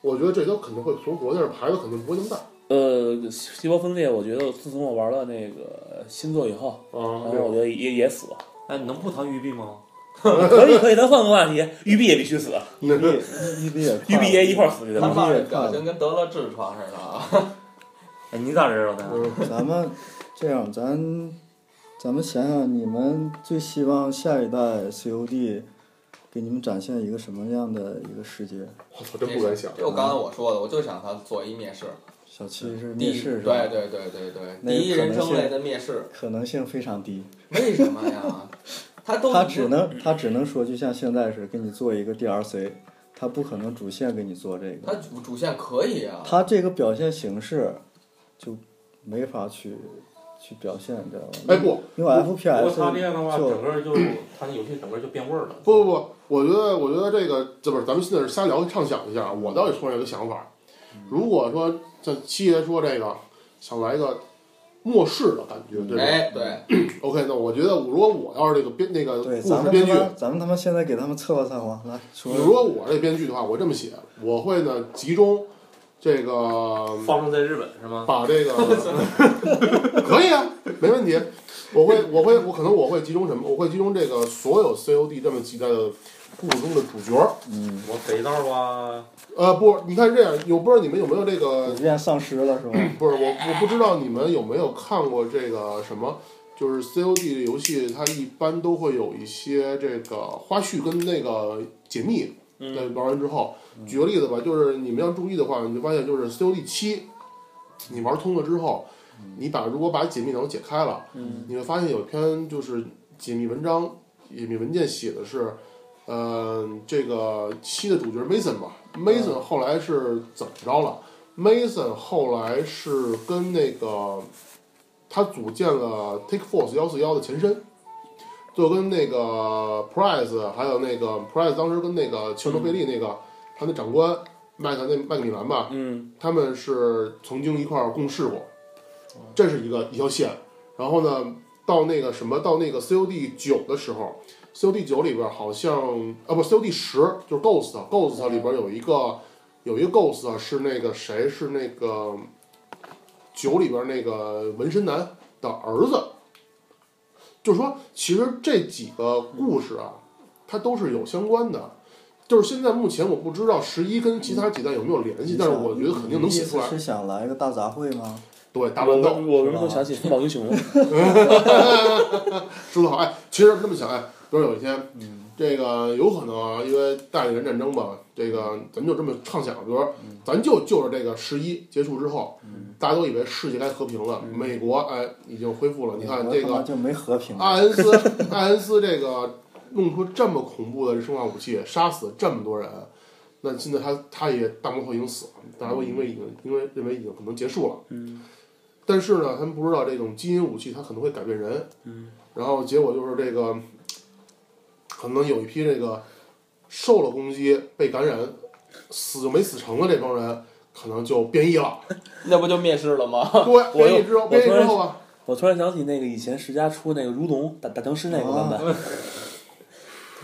我觉得这都肯定会存活，但是牌子肯定不会那么大
呃，细胞分裂，我觉得自从我玩了那个新作以后，然后我
啊。
觉得也也死了。
是？哎，你能不谈育碧吗？
可以可以，咱换个话题，育碧也必须死，
育碧，育碧也快
育
了，
碧也一块儿死去
咱
的。
们
爸
也
这表
看
情跟得了痔疮似的 啊！
哎，你咋知道的？
嗯，
咱们这样，咱咱们想想，你们最希望下一代 COD 给你们展现一个什么样的一个世界？
我操，真不敢想。
这我刚才我说的，我就想他做一面试，
小七是
第
面
一
试是吧
对？对对对对，
那
第一人称
可能性
类的面试，
可能性非常低，
为什么呀？他都
他只能他只能说，就像现在似的，给你做一个 DLC，他不可能主线给你做这
他
个，
主主线可以啊，
他这个表现形式就没法去去表现，你知道吗？
哎不
因为
呃
FPS
不过他这样的话，
就
整个就
嗯
他那游戏整个就变味儿了。
不不不，我觉得我觉得这个这不是咱们现在是瞎聊畅想一下啊，我倒是突然有个想法，如果说像七爷说这个想来个末世的感觉，对吧、
哎对，
o k 那我觉得如果我要是这个编那个
对，
故
咱
事
们
编
他
剧，
妈，咱们他妈现在给他们策划策划，来说
你如果我这编剧的话，我这么写，我会呢集中这个
发生在日本是吗？
把这个可以啊，没问题。我会，我会，我可能我会集中什么？我会集中这个所有 COD 这么几代的故事中的主角儿。
嗯，
我肥皂啊，
呃，不，你看这样，有不知道你们有没有这个
普？遍丧尸了是吧？
不是我，我不知道你们有没有看过这个什么，就是 COD 的游戏，它一般都会有一些这个花絮跟那个解密。在
嗯，
玩完之后，举个例子吧，就是你们要注意的话，你就发现就是 COD 七，你玩通了之后，你把如果把解密能解开了。
嗯
你会发现有一篇就是解密文章、解密文件写的是，呃，这个七的主角 Mason 吧，Mason
嗯
后来是怎么着了？Mason 后来是跟那个他组建了 Take Force 幺四幺的前身，就跟那个 Price 还有那个 Price 当时跟那个切尔诺贝利那个、他那长官麦克那麦克米兰吧，
嗯，
他们是曾经一块儿共事过，这是一个一条线。然后呢，到那个什么，到那个 COD 九的时候， COD 九里边好像啊不 COD 十就是 Ghost Ghost 里边有一个有一个 Ghost 啊是那个谁是那个九里边那个纹身男的儿子，就是说其实这几个故事啊，它都是有相关的。就是现在目前我不知道十一跟其他几代有没有联系，但是我觉得肯定能
你
写
意
出
思
来。
是想来个大杂烩吗？
对，大
我
乱斗。
我我为什么想起风暴英雄？
说的好，哎，其实这么想，哎，比如有一天，
嗯
这个有可能啊，因为代理人战争吧，这个
嗯
咱们就这么畅想，比如说，咱就就着这个十一结束之后，
嗯
大家都以为世界该和平了，美国哎已经恢复了，你看这
我他妈
个啊
就没和平。
艾恩斯， 艾恩斯这个弄出这么恐怖的生化武器，杀死这么多人。那现在他他也大魔头已经死了，大家都因为已经因为认为已经可能结束了，
嗯
但是呢，他们不知道这种基因武器它可能会改变人，
嗯
然后结果就是这个，可能有一批这个受了攻击被感染，死就没死成的这帮人，可能就变异了。
那不就灭世了吗？
对，
我又
变异之后，
我
变异
突
之
然
后啊吧，
我突然想起那个以前世嘉出那个如龙打打僵尸那个版本，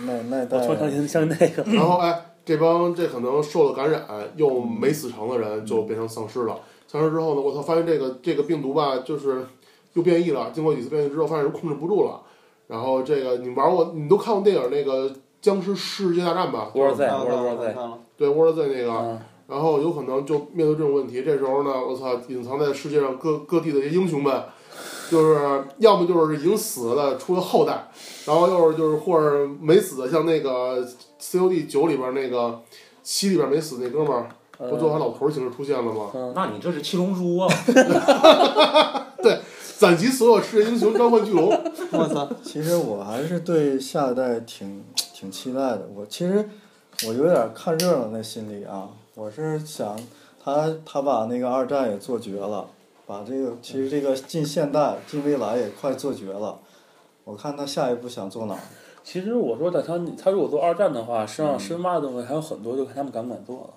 那那代
我突然想起想起那个，
然后哎，这帮这可能受了感染又没死成的人就变成丧尸了。丧尸之后呢，我操，发现这个这个病毒吧，就是又变异了。经过几次变异之后，发现人控制不住了。然后这个你玩过，你都看过电影那个《僵尸世界大战》吧？
沃尔在
看了
沃尔沃
看
尔
了
在，
啊看了
对，沃尔在那个。
嗯
然后有可能就面对这种问题，这时候呢，我操，隐藏在世界上各各地的这些英雄们，就是要么就是已经死了出了后代，然后又是就是或者没死的，像那个 COD 九里边那个七里边没死那哥们儿，
呃
不最后还老头儿形式出现了 吗？
嗯，
那你这是七龙珠啊！
攒集所有世界英雄，召唤巨龙。
我操！
其实我还是对下一代挺挺期待的。我其实我有点看热闹那心理啊，我是想他他把那个二战也做绝了，把这个其实这个近现代、近未来也快做绝了。我看他下一步想做哪儿？
其实我说的他他如果做二战的话，实际上深挖的东西还有很多，就看他们敢不敢做了。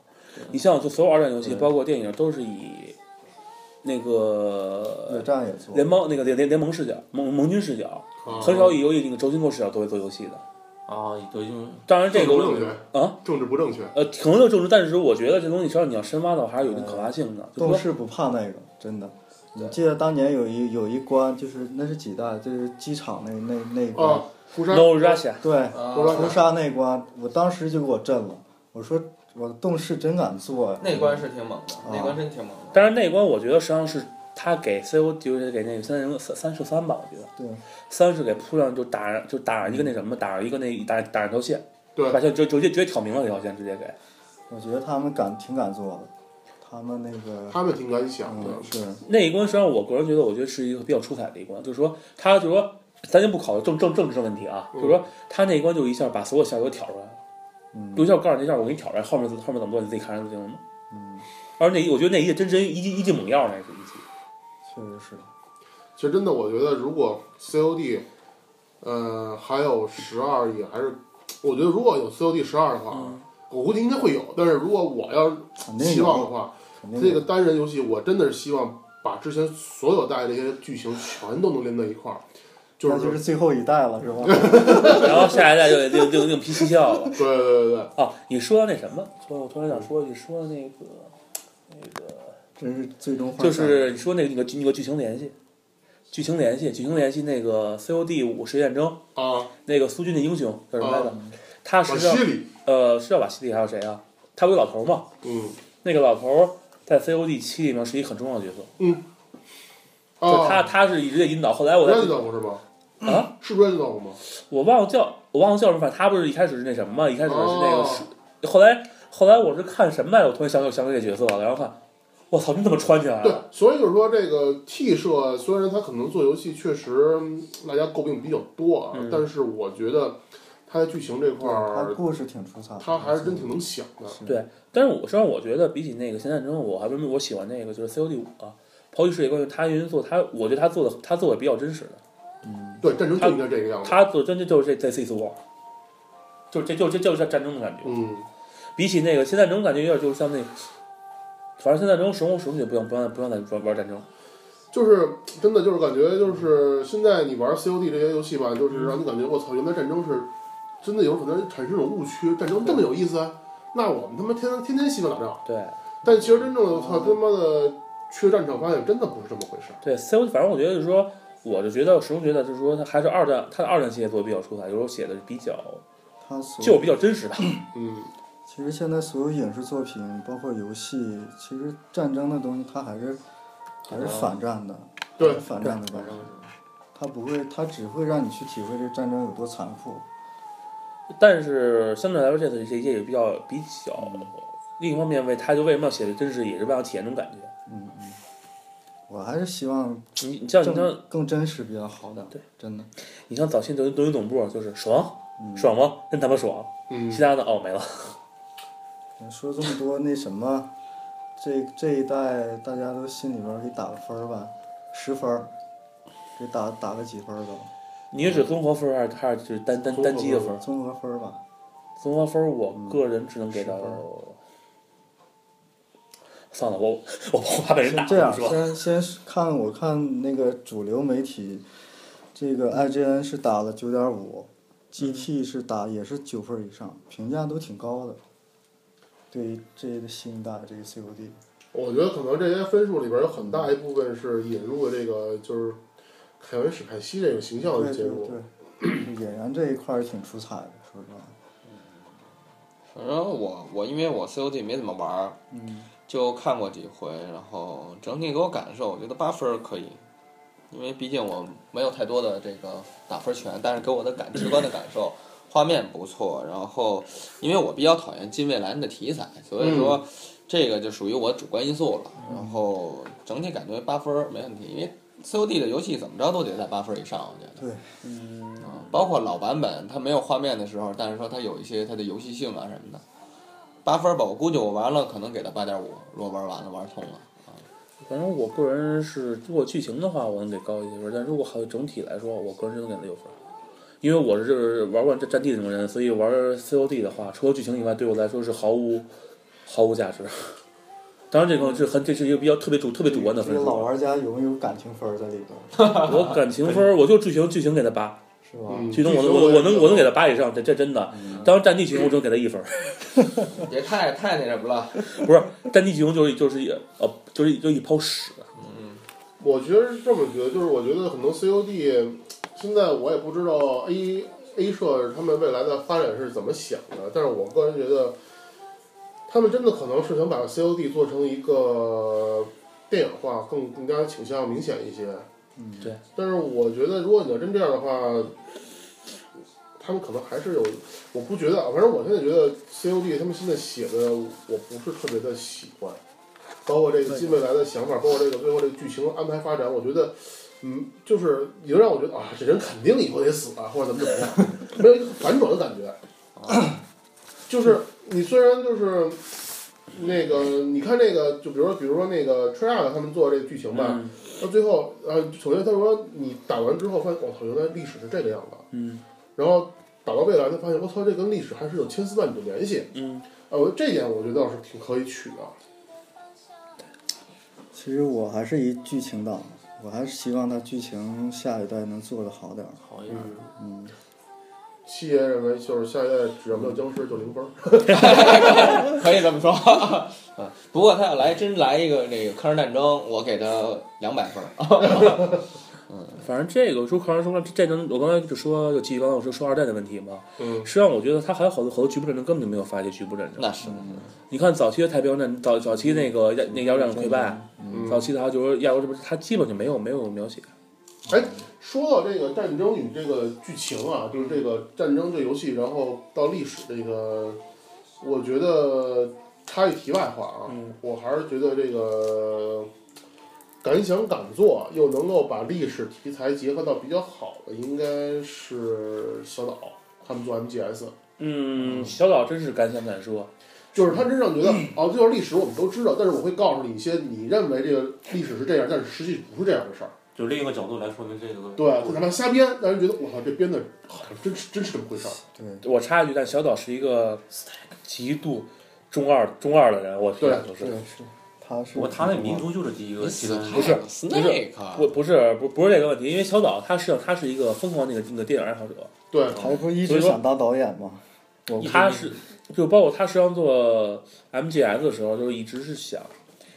你像我做所有二战游戏，
对
包括电影，都是以那个
越战也做，
联邦那个联联联盟视角、盟盟军视角，很少以游戏那个轴心国视角作为做游戏的。
啊，德军
当然这个
政治不
我
正确
啊，
政治不正确。
呃可能就政治，但是我觉得这东西实际上你要深挖的话，还是有一定可挖性的。就
动
说
视不怕那个，真的。你记得当年有一有一关，就是那是几代，就是机场那那那一关，
啊，屠杀
No Russia，
对，
嗯
我说
啊
屠杀那关，我当时就给我震了。我说我动视真敢做呀、
那关是挺猛的，那关真挺猛的。
当然那一关我觉得实际上是他给 CO 就是给那个三零三三十三吧，我觉得
对，
三是给铺上就打上就打上一个那什么，打上一个那打打上条线，
对
把就就直接直接挑明了这条线，直接给。
我觉得他们敢挺敢做的，他们那 个
他们挺敢想的
嗯。是
那一关实际上我个人觉得，我觉得是一个比较出彩的一关，就是说他就是说咱先不考虑政政政治的问题啊，
嗯
就是说他那一关就一下把所有线都挑出来了，
嗯
有效我告诉你一下，我给你挑出来，后面后面怎么做你自己看着就行了。
嗯，
而那一我觉得那一真真一记一记猛药那是一记，
确实是。
其实真的，我觉得如果 COD，呃，还有十二也还是，我觉得如果有 COD 十二的话，
嗯
我估计应该会有。但是如果我要
肯定
期望的
有，啊
话，
肯定
这
有
个单人游戏我真的是希望把之前所有带的这些剧情全都能连在一块儿，就
那
是
就是最后一代了，是 吧？
然后下一代就得就就就皮气笑了。
对对对对，
哦，你说那什么？突我突然想说，你说那个那个，
真是最终幻
就
想
是你说那个那个那个剧情联系，剧情联系，剧情联系那个 COD 五十战争，
啊，
那个苏军的英雄叫什么来着？他
往
是要
西里，
呃是要瓦西里还有谁啊？他不有老头吗？
嗯
那个老头儿在 COD 七里面是一个很重要的角色，就他
啊，
他是一直在引导。后来我在
Red 道夫是吗？
啊，
是 Red 道夫吗？
我忘了叫我忘了叫什么，反正他不是一开始是那什么嘛，一开始是那个
哦
是、后来后来我是看什么来着？我突然想起我想起这角色了，然后看，我操，你怎么穿起来
对
了？，
所以就是说，这个 T 社虽然它可能做游戏确实嗯大家诟病比较多啊，
嗯
但是我觉得它在剧情这块
他
儿，
故事挺出彩的，
它还是真挺能想的。
是
对但是我实际上我觉得比起那个《现在之后，我还为什么我喜欢那个就是 COD 五啊？抛弃世界观，他因为做他，我觉得他做的他做的比较真实的，
嗯，
对，战争就应该这个样子。
他做真的就是这这 C 次 war，就这就这就是战争的感觉。
嗯，
比起那个现在这种感觉有点就是像那，反正现在这种使用使用也不用不让不让再玩玩战争。
就是真的就是感觉就是现在你玩 COD 这些游戏吧，就是让你感觉我操，原来战争是真的有可能产生这种误区，战争这么有意思，啊那我们他妈天天天天喜欢打仗，
对
但其实真正的我操他妈的去战场发现真的不是这么回事。
对，COD，反正我觉得就是说，我就觉得我始终觉得就是说，它还是二战，它的二战系列做的比较出彩，有时候写的比较
他所
就比较真实吧。
嗯，
其实现在所有影视作品，包括游戏，其实战争的东西，它还是还是反战的，
对
还是反战的吧。它不会，它只会让你去体会这战争有多残酷。
但是相对来说，这次这一届也比较比较。另一方面，为它就为什么要写的真实，也是为了体验那种感觉。
嗯嗯，我还是希望
你你像你像
更更真实比较好的，
对，
真的。嗯
你像早期德云德云总部，啊就是爽爽吗？真他妈爽！
嗯
其他的哦没了。
说这么多那什么，这这一代大家都心里边儿给打个分儿吧，十分儿，给打打个几分儿吧，
你是指综合分儿还是还是就是单单
综合
单机的分儿？
综合分儿吧。
综合分儿我个人只能给到
十分儿。
算了，我我我怕被人打，
先这样，
是吧？
先先是看我看那个主流媒体，这个 IGN 是打了九点五，GT
嗯
是打也是九分儿以上，评价都挺高的。对于这个新一代这个 COD，
我觉得可能这些分数里边有很大一部分是引入了这个就是凯文史派西这个形象
对
的介
对
入。
对，演员这一块儿挺出彩的，说实话。
反正我我因为我 COD 没怎么玩儿，
嗯，
就看过几回，然后整体给我感受，我觉得八分儿可以，因为毕竟我没有太多的这个打分权，但是给我的感直观的感受，画面不错，然后因为我比较讨厌近未来的题材，所以说这个就属于我主观因素了，然后整体感觉八分儿没问题，因为 COD 的游戏怎么着都得在八分儿以上，我觉得。
对，
啊，包括老版本它没有画面的时候，但是说它有一些它的游戏性啊什么的，八分儿吧，我估计我玩了可能给到八点五，如果玩完了玩通了，
反正我个人是，如果剧情的话，我能给高一些分儿；但如果好整体来说，我个人是能给到六分儿。因为我是就是玩过战战地那种人，所以玩 COD 的话，除了剧情以外，对我来说是毫无毫无价值。当然，这个是很这是一个比较特别主特别主观的
这
啊分
个
数。
老玩家有没有感情分儿在里边儿？
我感情分儿，我就剧情剧情给他八，
是吧？嗯
嗯，
剧情我
剧
能我我能我能给他八以上，这这真的。当然，战地群雄我只能给他一分儿，
别太太那什么了。
不是战地群雄就是就是一呃就是一就一泡屎。
我觉得是这么觉得，就是我觉得很多 COD，现在我也不知道 A A 社他们未来的发展是怎么想的，但是我个人觉得，他们真的可能是想把 COD 做成一个电影化，更更加倾向明显一些。
嗯，
对
但是我觉得，如果你要真这样的话，他们可能还是有，我不觉得，啊，反正我现在觉得 COD 他们现在写的，我不是特别的喜欢，包括这个近未来的想法，包括这个最后这个剧情安排发展，我觉得，嗯，就是也让我觉得啊，这人肯定以后得死啊，或者怎么怎么样，没有一个反转的感觉。就是你虽然就是那个，你看那个，就比如说，比如说那个 t r a 他们做这个剧情吧。
嗯
到最后，呃，首先他说你打完之后发现，我操，原来历史是这个样子。
嗯
然后打到未来，他发现我操，这跟历史还是有千丝万缕的联系。
嗯，
呃，这点我觉得倒是挺可以取的。
其实我还是一剧情党，我还是希望它剧情下一代能做得好点儿。
好一点。
嗯，
七爷认为就是下一代只要没有僵尸就零分儿。
可以这么说。 嗯，不过他要来真来一个那个抗日战争，我给他两百分儿。
反正这个说抗日说战争，我刚才就说就继续刚才我说说二战的问题嘛，
嗯，
实际上我觉得它还有好多好多局部战争根本就没有发现局部战争。
那是，
你看早期的太平洋战，早早期那个亚那个鸦战溃败，
嗯
早期的还有就是亚洲这边，它基本就没有没有描写。
说到这个战争与这个剧情啊，就是这个战争这游戏，然后到历史这个，我觉得插一题外话啊，
嗯
我还是觉得这个敢想敢做，又能够把历史题材结合到比较好的，应该是小岛他们做 MGS，
嗯，小岛真是敢想敢说，
就是他真让你觉得、哦，这段历史我们都知道，但是我会告诉你一些你认为这个历史是这样，但是实际不是这样的事儿。
就另一个角度来说明这个。
对，他他妈瞎编，让人觉得我操，这编的好像真是真是这么回事儿。
对，
我插一句，但小岛是一个极度中二中二的人，我觉得就是
对是，他是
我他那民族就是第一个技能，
不是
不
Snake，
不是不不是这个问题，因为小岛他实际上他是一个疯狂那个那个电影爱好者，
对，
他不是一
所以
直
说
想当导演吗？我
他哦是就包括他实际上做 MGS 的时候，就是一直是想，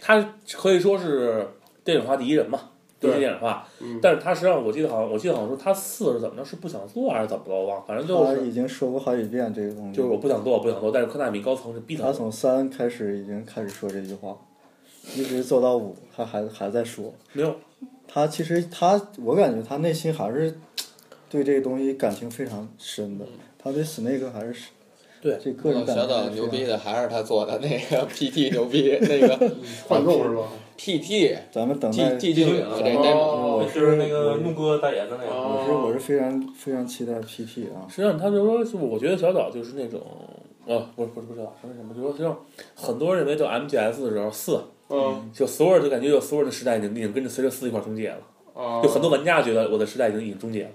他可以说是电影化第一人嘛，
对
就是电影化。
嗯
但是他实际上我记得好像我记得好像说他四是怎么着是不想做还是怎么着我忘了，反正就
他
是
已经说过好几遍这个东西，
就是我不想做，我不想做。但是科纳米高层是逼他
他
做，
从三开始已经开始说这句话，一直做到五，他还还在说。
没有
他其实他，我感觉他内心还是对这个东西感情非常深的。他对 Snake 还是
嗯对
这个人感
小
情还
岛
是
牛逼
非常。
的还是他做的那个 PT 牛逼，那个
嗯换众是吧？
PT
咱们等
T
待，
T 精灵这
哦
demo，
哦就是那个怒哥代言的那
啊
个，
我是我
哦，
是非常非常期待 PT 啊。
实际上他就说，就我觉得小岛就是那种，呃，不是不是不是小岛，什么什么，就说实际上很多人认为就 MGS 的时候四，
嗯
就所有人就感觉就所有人的时代已经已经跟着随着四一块儿终结了，
啊，
就很多玩家觉得我的时代已经已经终结了。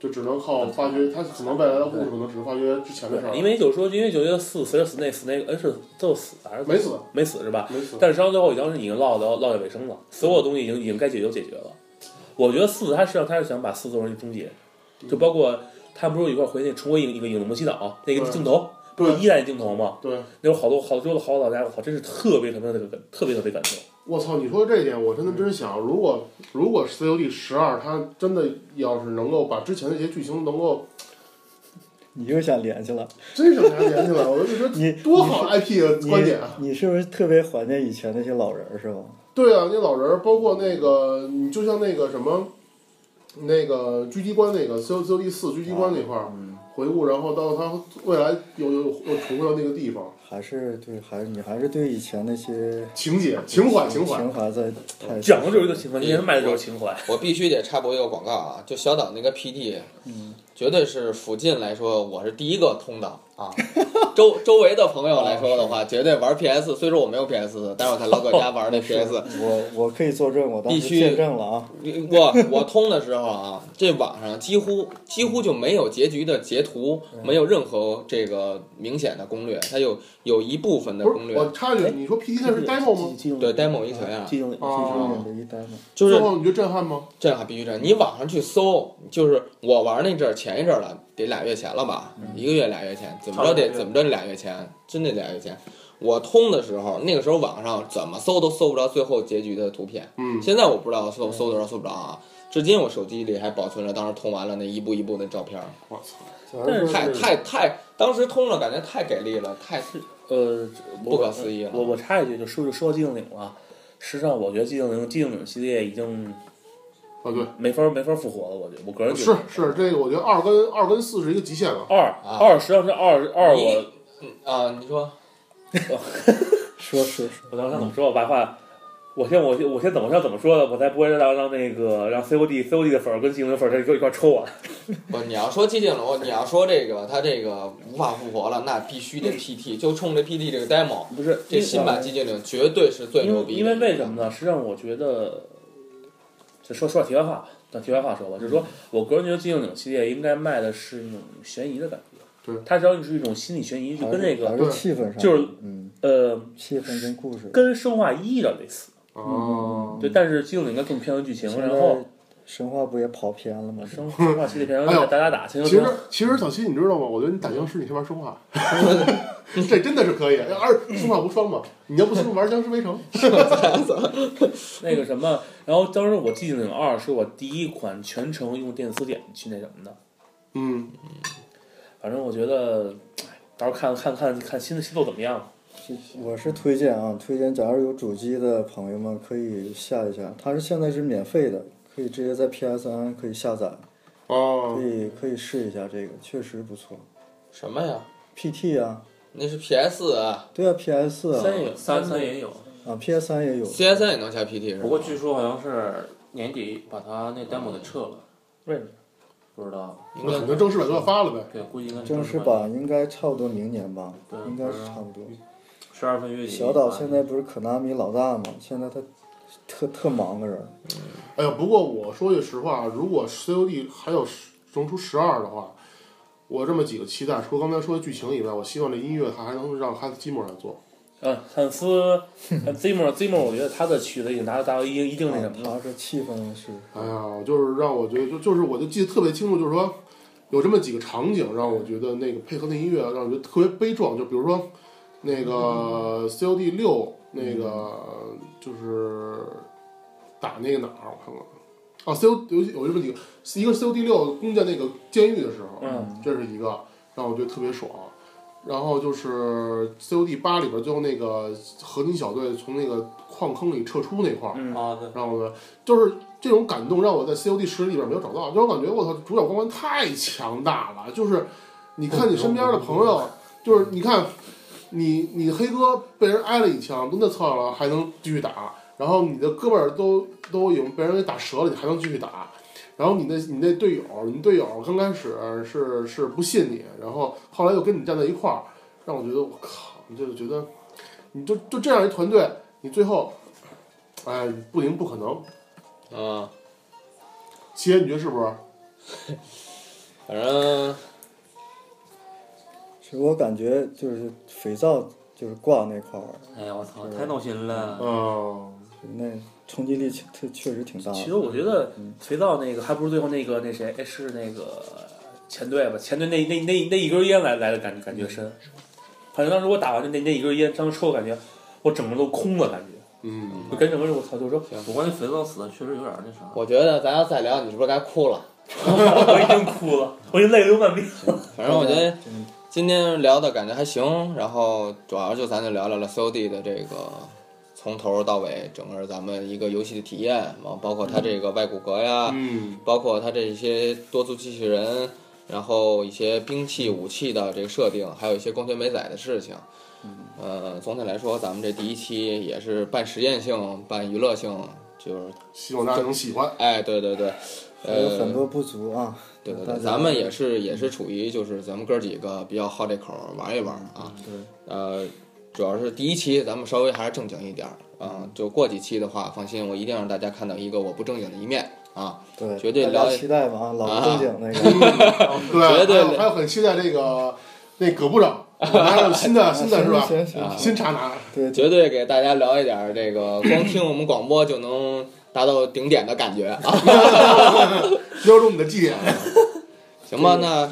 就只能靠发掘，他可能未来的故事可能只能发掘之前的事儿，
因为就是说，因为九月四随着 Snake Snake 呃是最后死还是
没死，
没死是吧？
没死，
但是实际上最后已经是已经落到落到尾声了，所有东西已经已经该解决都解决了。我觉得四他实际上他是想把四做成一终结，
嗯
就包括他们不是一块儿回那重回影一个影摩西岛那个
对
镜头，不是
对
一代镜头吗？
对，
那有好多好多好多老家伙，我操，真是特别特别特别感特别特别感动。
我操！你说这一点，我真的真想，如果如果 COD 十二，它真的要是能够把之前的一些剧情能够
你又想连起来，
真是给它连起来，我就觉得
你
多好的 IP 的
你
观点啊！
你是不是特别怀念以前那些老人儿是吧？
对啊，那老人儿，包括那个，你就像那个什么，那个狙击官那个 C O C O D 四狙击官那块儿、
嗯
回顾，然后到他未来又又又重回到那个地方，
还是对，还是你还是对以前那些
情节、情怀、情怀，
情怀在太
讲的就是一个情怀，你他卖的就是情怀。
我必须得插播一个广告啊！就小岛那个 PT，绝
嗯
对是附近来说，我是第一个通的 啊。周周围的朋友来说的
哦
话，绝对玩 PS。虽说我没有 PS，但是我在老葛 家玩那 PS。
我我可以作证，我当
必
时
须
见证了啊！
我我通的时候啊，这网上几乎几乎就没有结局的截图，
嗯
没有任何这个明显的攻略，它有有一部分的
不
攻
是
略，哎
我插一句，你说 P T 那是 demo 吗？
对 demo 一小样
寂静岭
哦
这一单嘛，
就是
最后你就震撼吗？
这还必须这样，你网上去搜，就是我玩那阵儿，前一阵儿了，得俩月前了吧，一个月俩月前，怎么着
差不多
得
对
怎么着得俩月前，真得俩月前。我通的时候，那个时候网上怎么搜都搜不着最后结局的图片。
嗯，
现在我不知道搜搜得着搜不着啊，至今我手机里还保存着当时通完了那一步一步的照片儿，
我操，
主要
但是
说
太太太，当时通了感觉太给力了，太
呃，我
不可思议了啊
我我插一句，就说就说到寂静岭了。实际上，我觉得寂静岭寂静岭系列已经
啊对，
没法没法复活了。我觉得我个人觉
是
得
是，这个我觉得二跟二跟四是一个极限了。
二
啊
二实际上是二二
你
我
啊！你说
说说说，
我当时怎么说我把话，我先我先我先怎么要怎么说的，我才不会让让那个让 COD COD 的粉儿跟寂静岭粉儿一块一块抽我。
不，你要说寂静岭，你要说这个他这个无法复活了，那必须得 PT，就冲这 PT 这个 demo。
不是
这新版寂静岭绝对是最
因
牛
为
逼的
因为为什么呢？实际上我觉得，就说说点题外话，当题外话说吧，就是说我个人觉得《寂静岭》系列应该卖的是那种悬疑的感觉，
对
它只要是一种心理悬疑，就跟那
还
个
是气氛上，
就是
嗯，
呃
气氛跟故事。
跟《生化一》的类似，
嗯
哦、
对，但是《寂静岭》应该更偏向剧情，
现
然
在
后
神话不也跑偏了吗？
生生化系列偏
哎呦
向打打打，
嗯
行
其
行
实，其实小七，你知道吗？我觉得你打僵尸，你先玩生 化，这真的是可以。而生化无双嘛，你要不先玩僵尸 围城，
那个什么，然后当时我《寂静岭二》是我第一款全程用电子眼去那什么的，
嗯，
反正我觉得，哎，到时候看看看看新的新作怎么样。
我是推荐啊，推荐假如有主机的朋友们可以下一下，它是现在是免费的，可以直接在 PS 3可以下载，可
哦，
以可以试一下这个，确实不错。
什么呀？
PT 啊，
那是 PS 啊
对啊，PS 4
三
啊，
也
三三也有，
啊 PS 3也有。
，CS 三也能下 PT 是吧？
不过据说好像是年底把他那 demo 给撤了，
为什么？
不知道，
应
那
该
可能正式版就要发了呗。
对，估计应该是
正式版应该差不多明年吧，
对
应该是差不多。
十二分月底。
小岛现在不是可纳米老大嘛，现在他特特忙个人儿，
哎呀，不过我说句实话，啊如果 COD 还有十荣出十二的话，我这么几个期待，除了刚才说的剧情以外，我希望这音乐它还能让哈斯基莫来做。
呃，汉斯呃，Zimmer Zimmer，我觉得他的曲子已经达到达到一定一定那什么了。
他啊这气氛是
哎呀，就是让我觉得，就就是我就记得特别清楚，就是说有这么几个场景让我觉得那个配合那音乐让我觉得特别悲壮，就比如说那个 COD 六那个就是打那个哪儿我看看。啊，COD 有有这么几个，一个 COD 六攻占那个监狱的时候，
嗯，
这是一个让我觉得特别爽。然后就是 COD 八里边最后那个合金小队从那个矿坑里撤出那块儿，
嗯
啊，对，
让我就是这种感动让我在 COD 十里边没有找到，让我感觉我操，主角光环太强大了。就是你看你身边的朋友，就是你看你你黑哥被人挨了一枪，真的操了还能继续打，然后你的胳膊儿都都已经被人给打折了，你还能继续打。然后你那你那队友，你队友刚开始是是不信你，然后后来又跟你站在一块儿，让我觉得我靠，你就是觉得，你就就这样一团队，你最后，哎，不赢不可能，
啊，
七爷，你觉得是不是？
反正
其实我感觉就是肥皂就是挂那块儿，
哎呀，我操，太闹心了。
嗯，
那冲击力确确确实挺大的。
其实我觉得肥皂那个还不如最后那个那谁哎是那个前队吧，前队那那那那一根烟来来的感感觉深。反正当时我打完那那那一根烟，当时抽感觉我整个都空了，感觉
嗯，
我跟整个人我操，就是说
不过那肥皂死的确实有点那啥。
我觉得咱要再聊，你是不是该哭了？
我已经哭了，我已经泪流满面。
反正我觉得今天聊的感觉还行，然后主要就咱就聊聊了 COD 的这个从头到尾整个咱们一个游戏的体验，完包括它这个外骨骼呀，
嗯，
包括它这些多足机器人，然后一些兵器武器的这个设定，还有一些光学美载的事情。
嗯
呃，总体来说，咱们这第一期也是半实验性、半娱乐性，就是
希望大家能喜 欢。
哎，对对对，
还有
呃
很，多不足啊。
对对
大
对，
家
咱们也是也是处于就是咱们哥几个比较好这口儿玩一玩啊，
嗯
呃，主要是第一期咱们稍微还是正经一点儿啊，就过几期的话，放心，我一定让大家看到一个我不正经的一面啊，
对，
绝对了
大家
解
期待吧啊，老不正经那个。
对，
绝对
还有还有很期待这个那葛部长，还有新的啊新的是吧？
行行行，
新查拿，
对，
绝对给大家聊一点儿这 个光听我们广播就能达到顶点的感觉 啊，
标注你的绩点。
行吧，那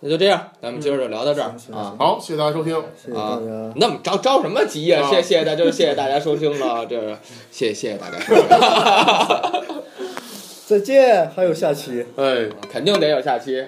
那就这样，咱们今儿就聊到这儿
嗯行行
啊
行
好，谢谢大家收听，
谢谢大家。
那么着着什么急呀、
啊
谢谢大家，就是谢谢大家收听了，这 是谢谢谢谢大家收听。
再见，还有下期。
哎。
肯定得有下期。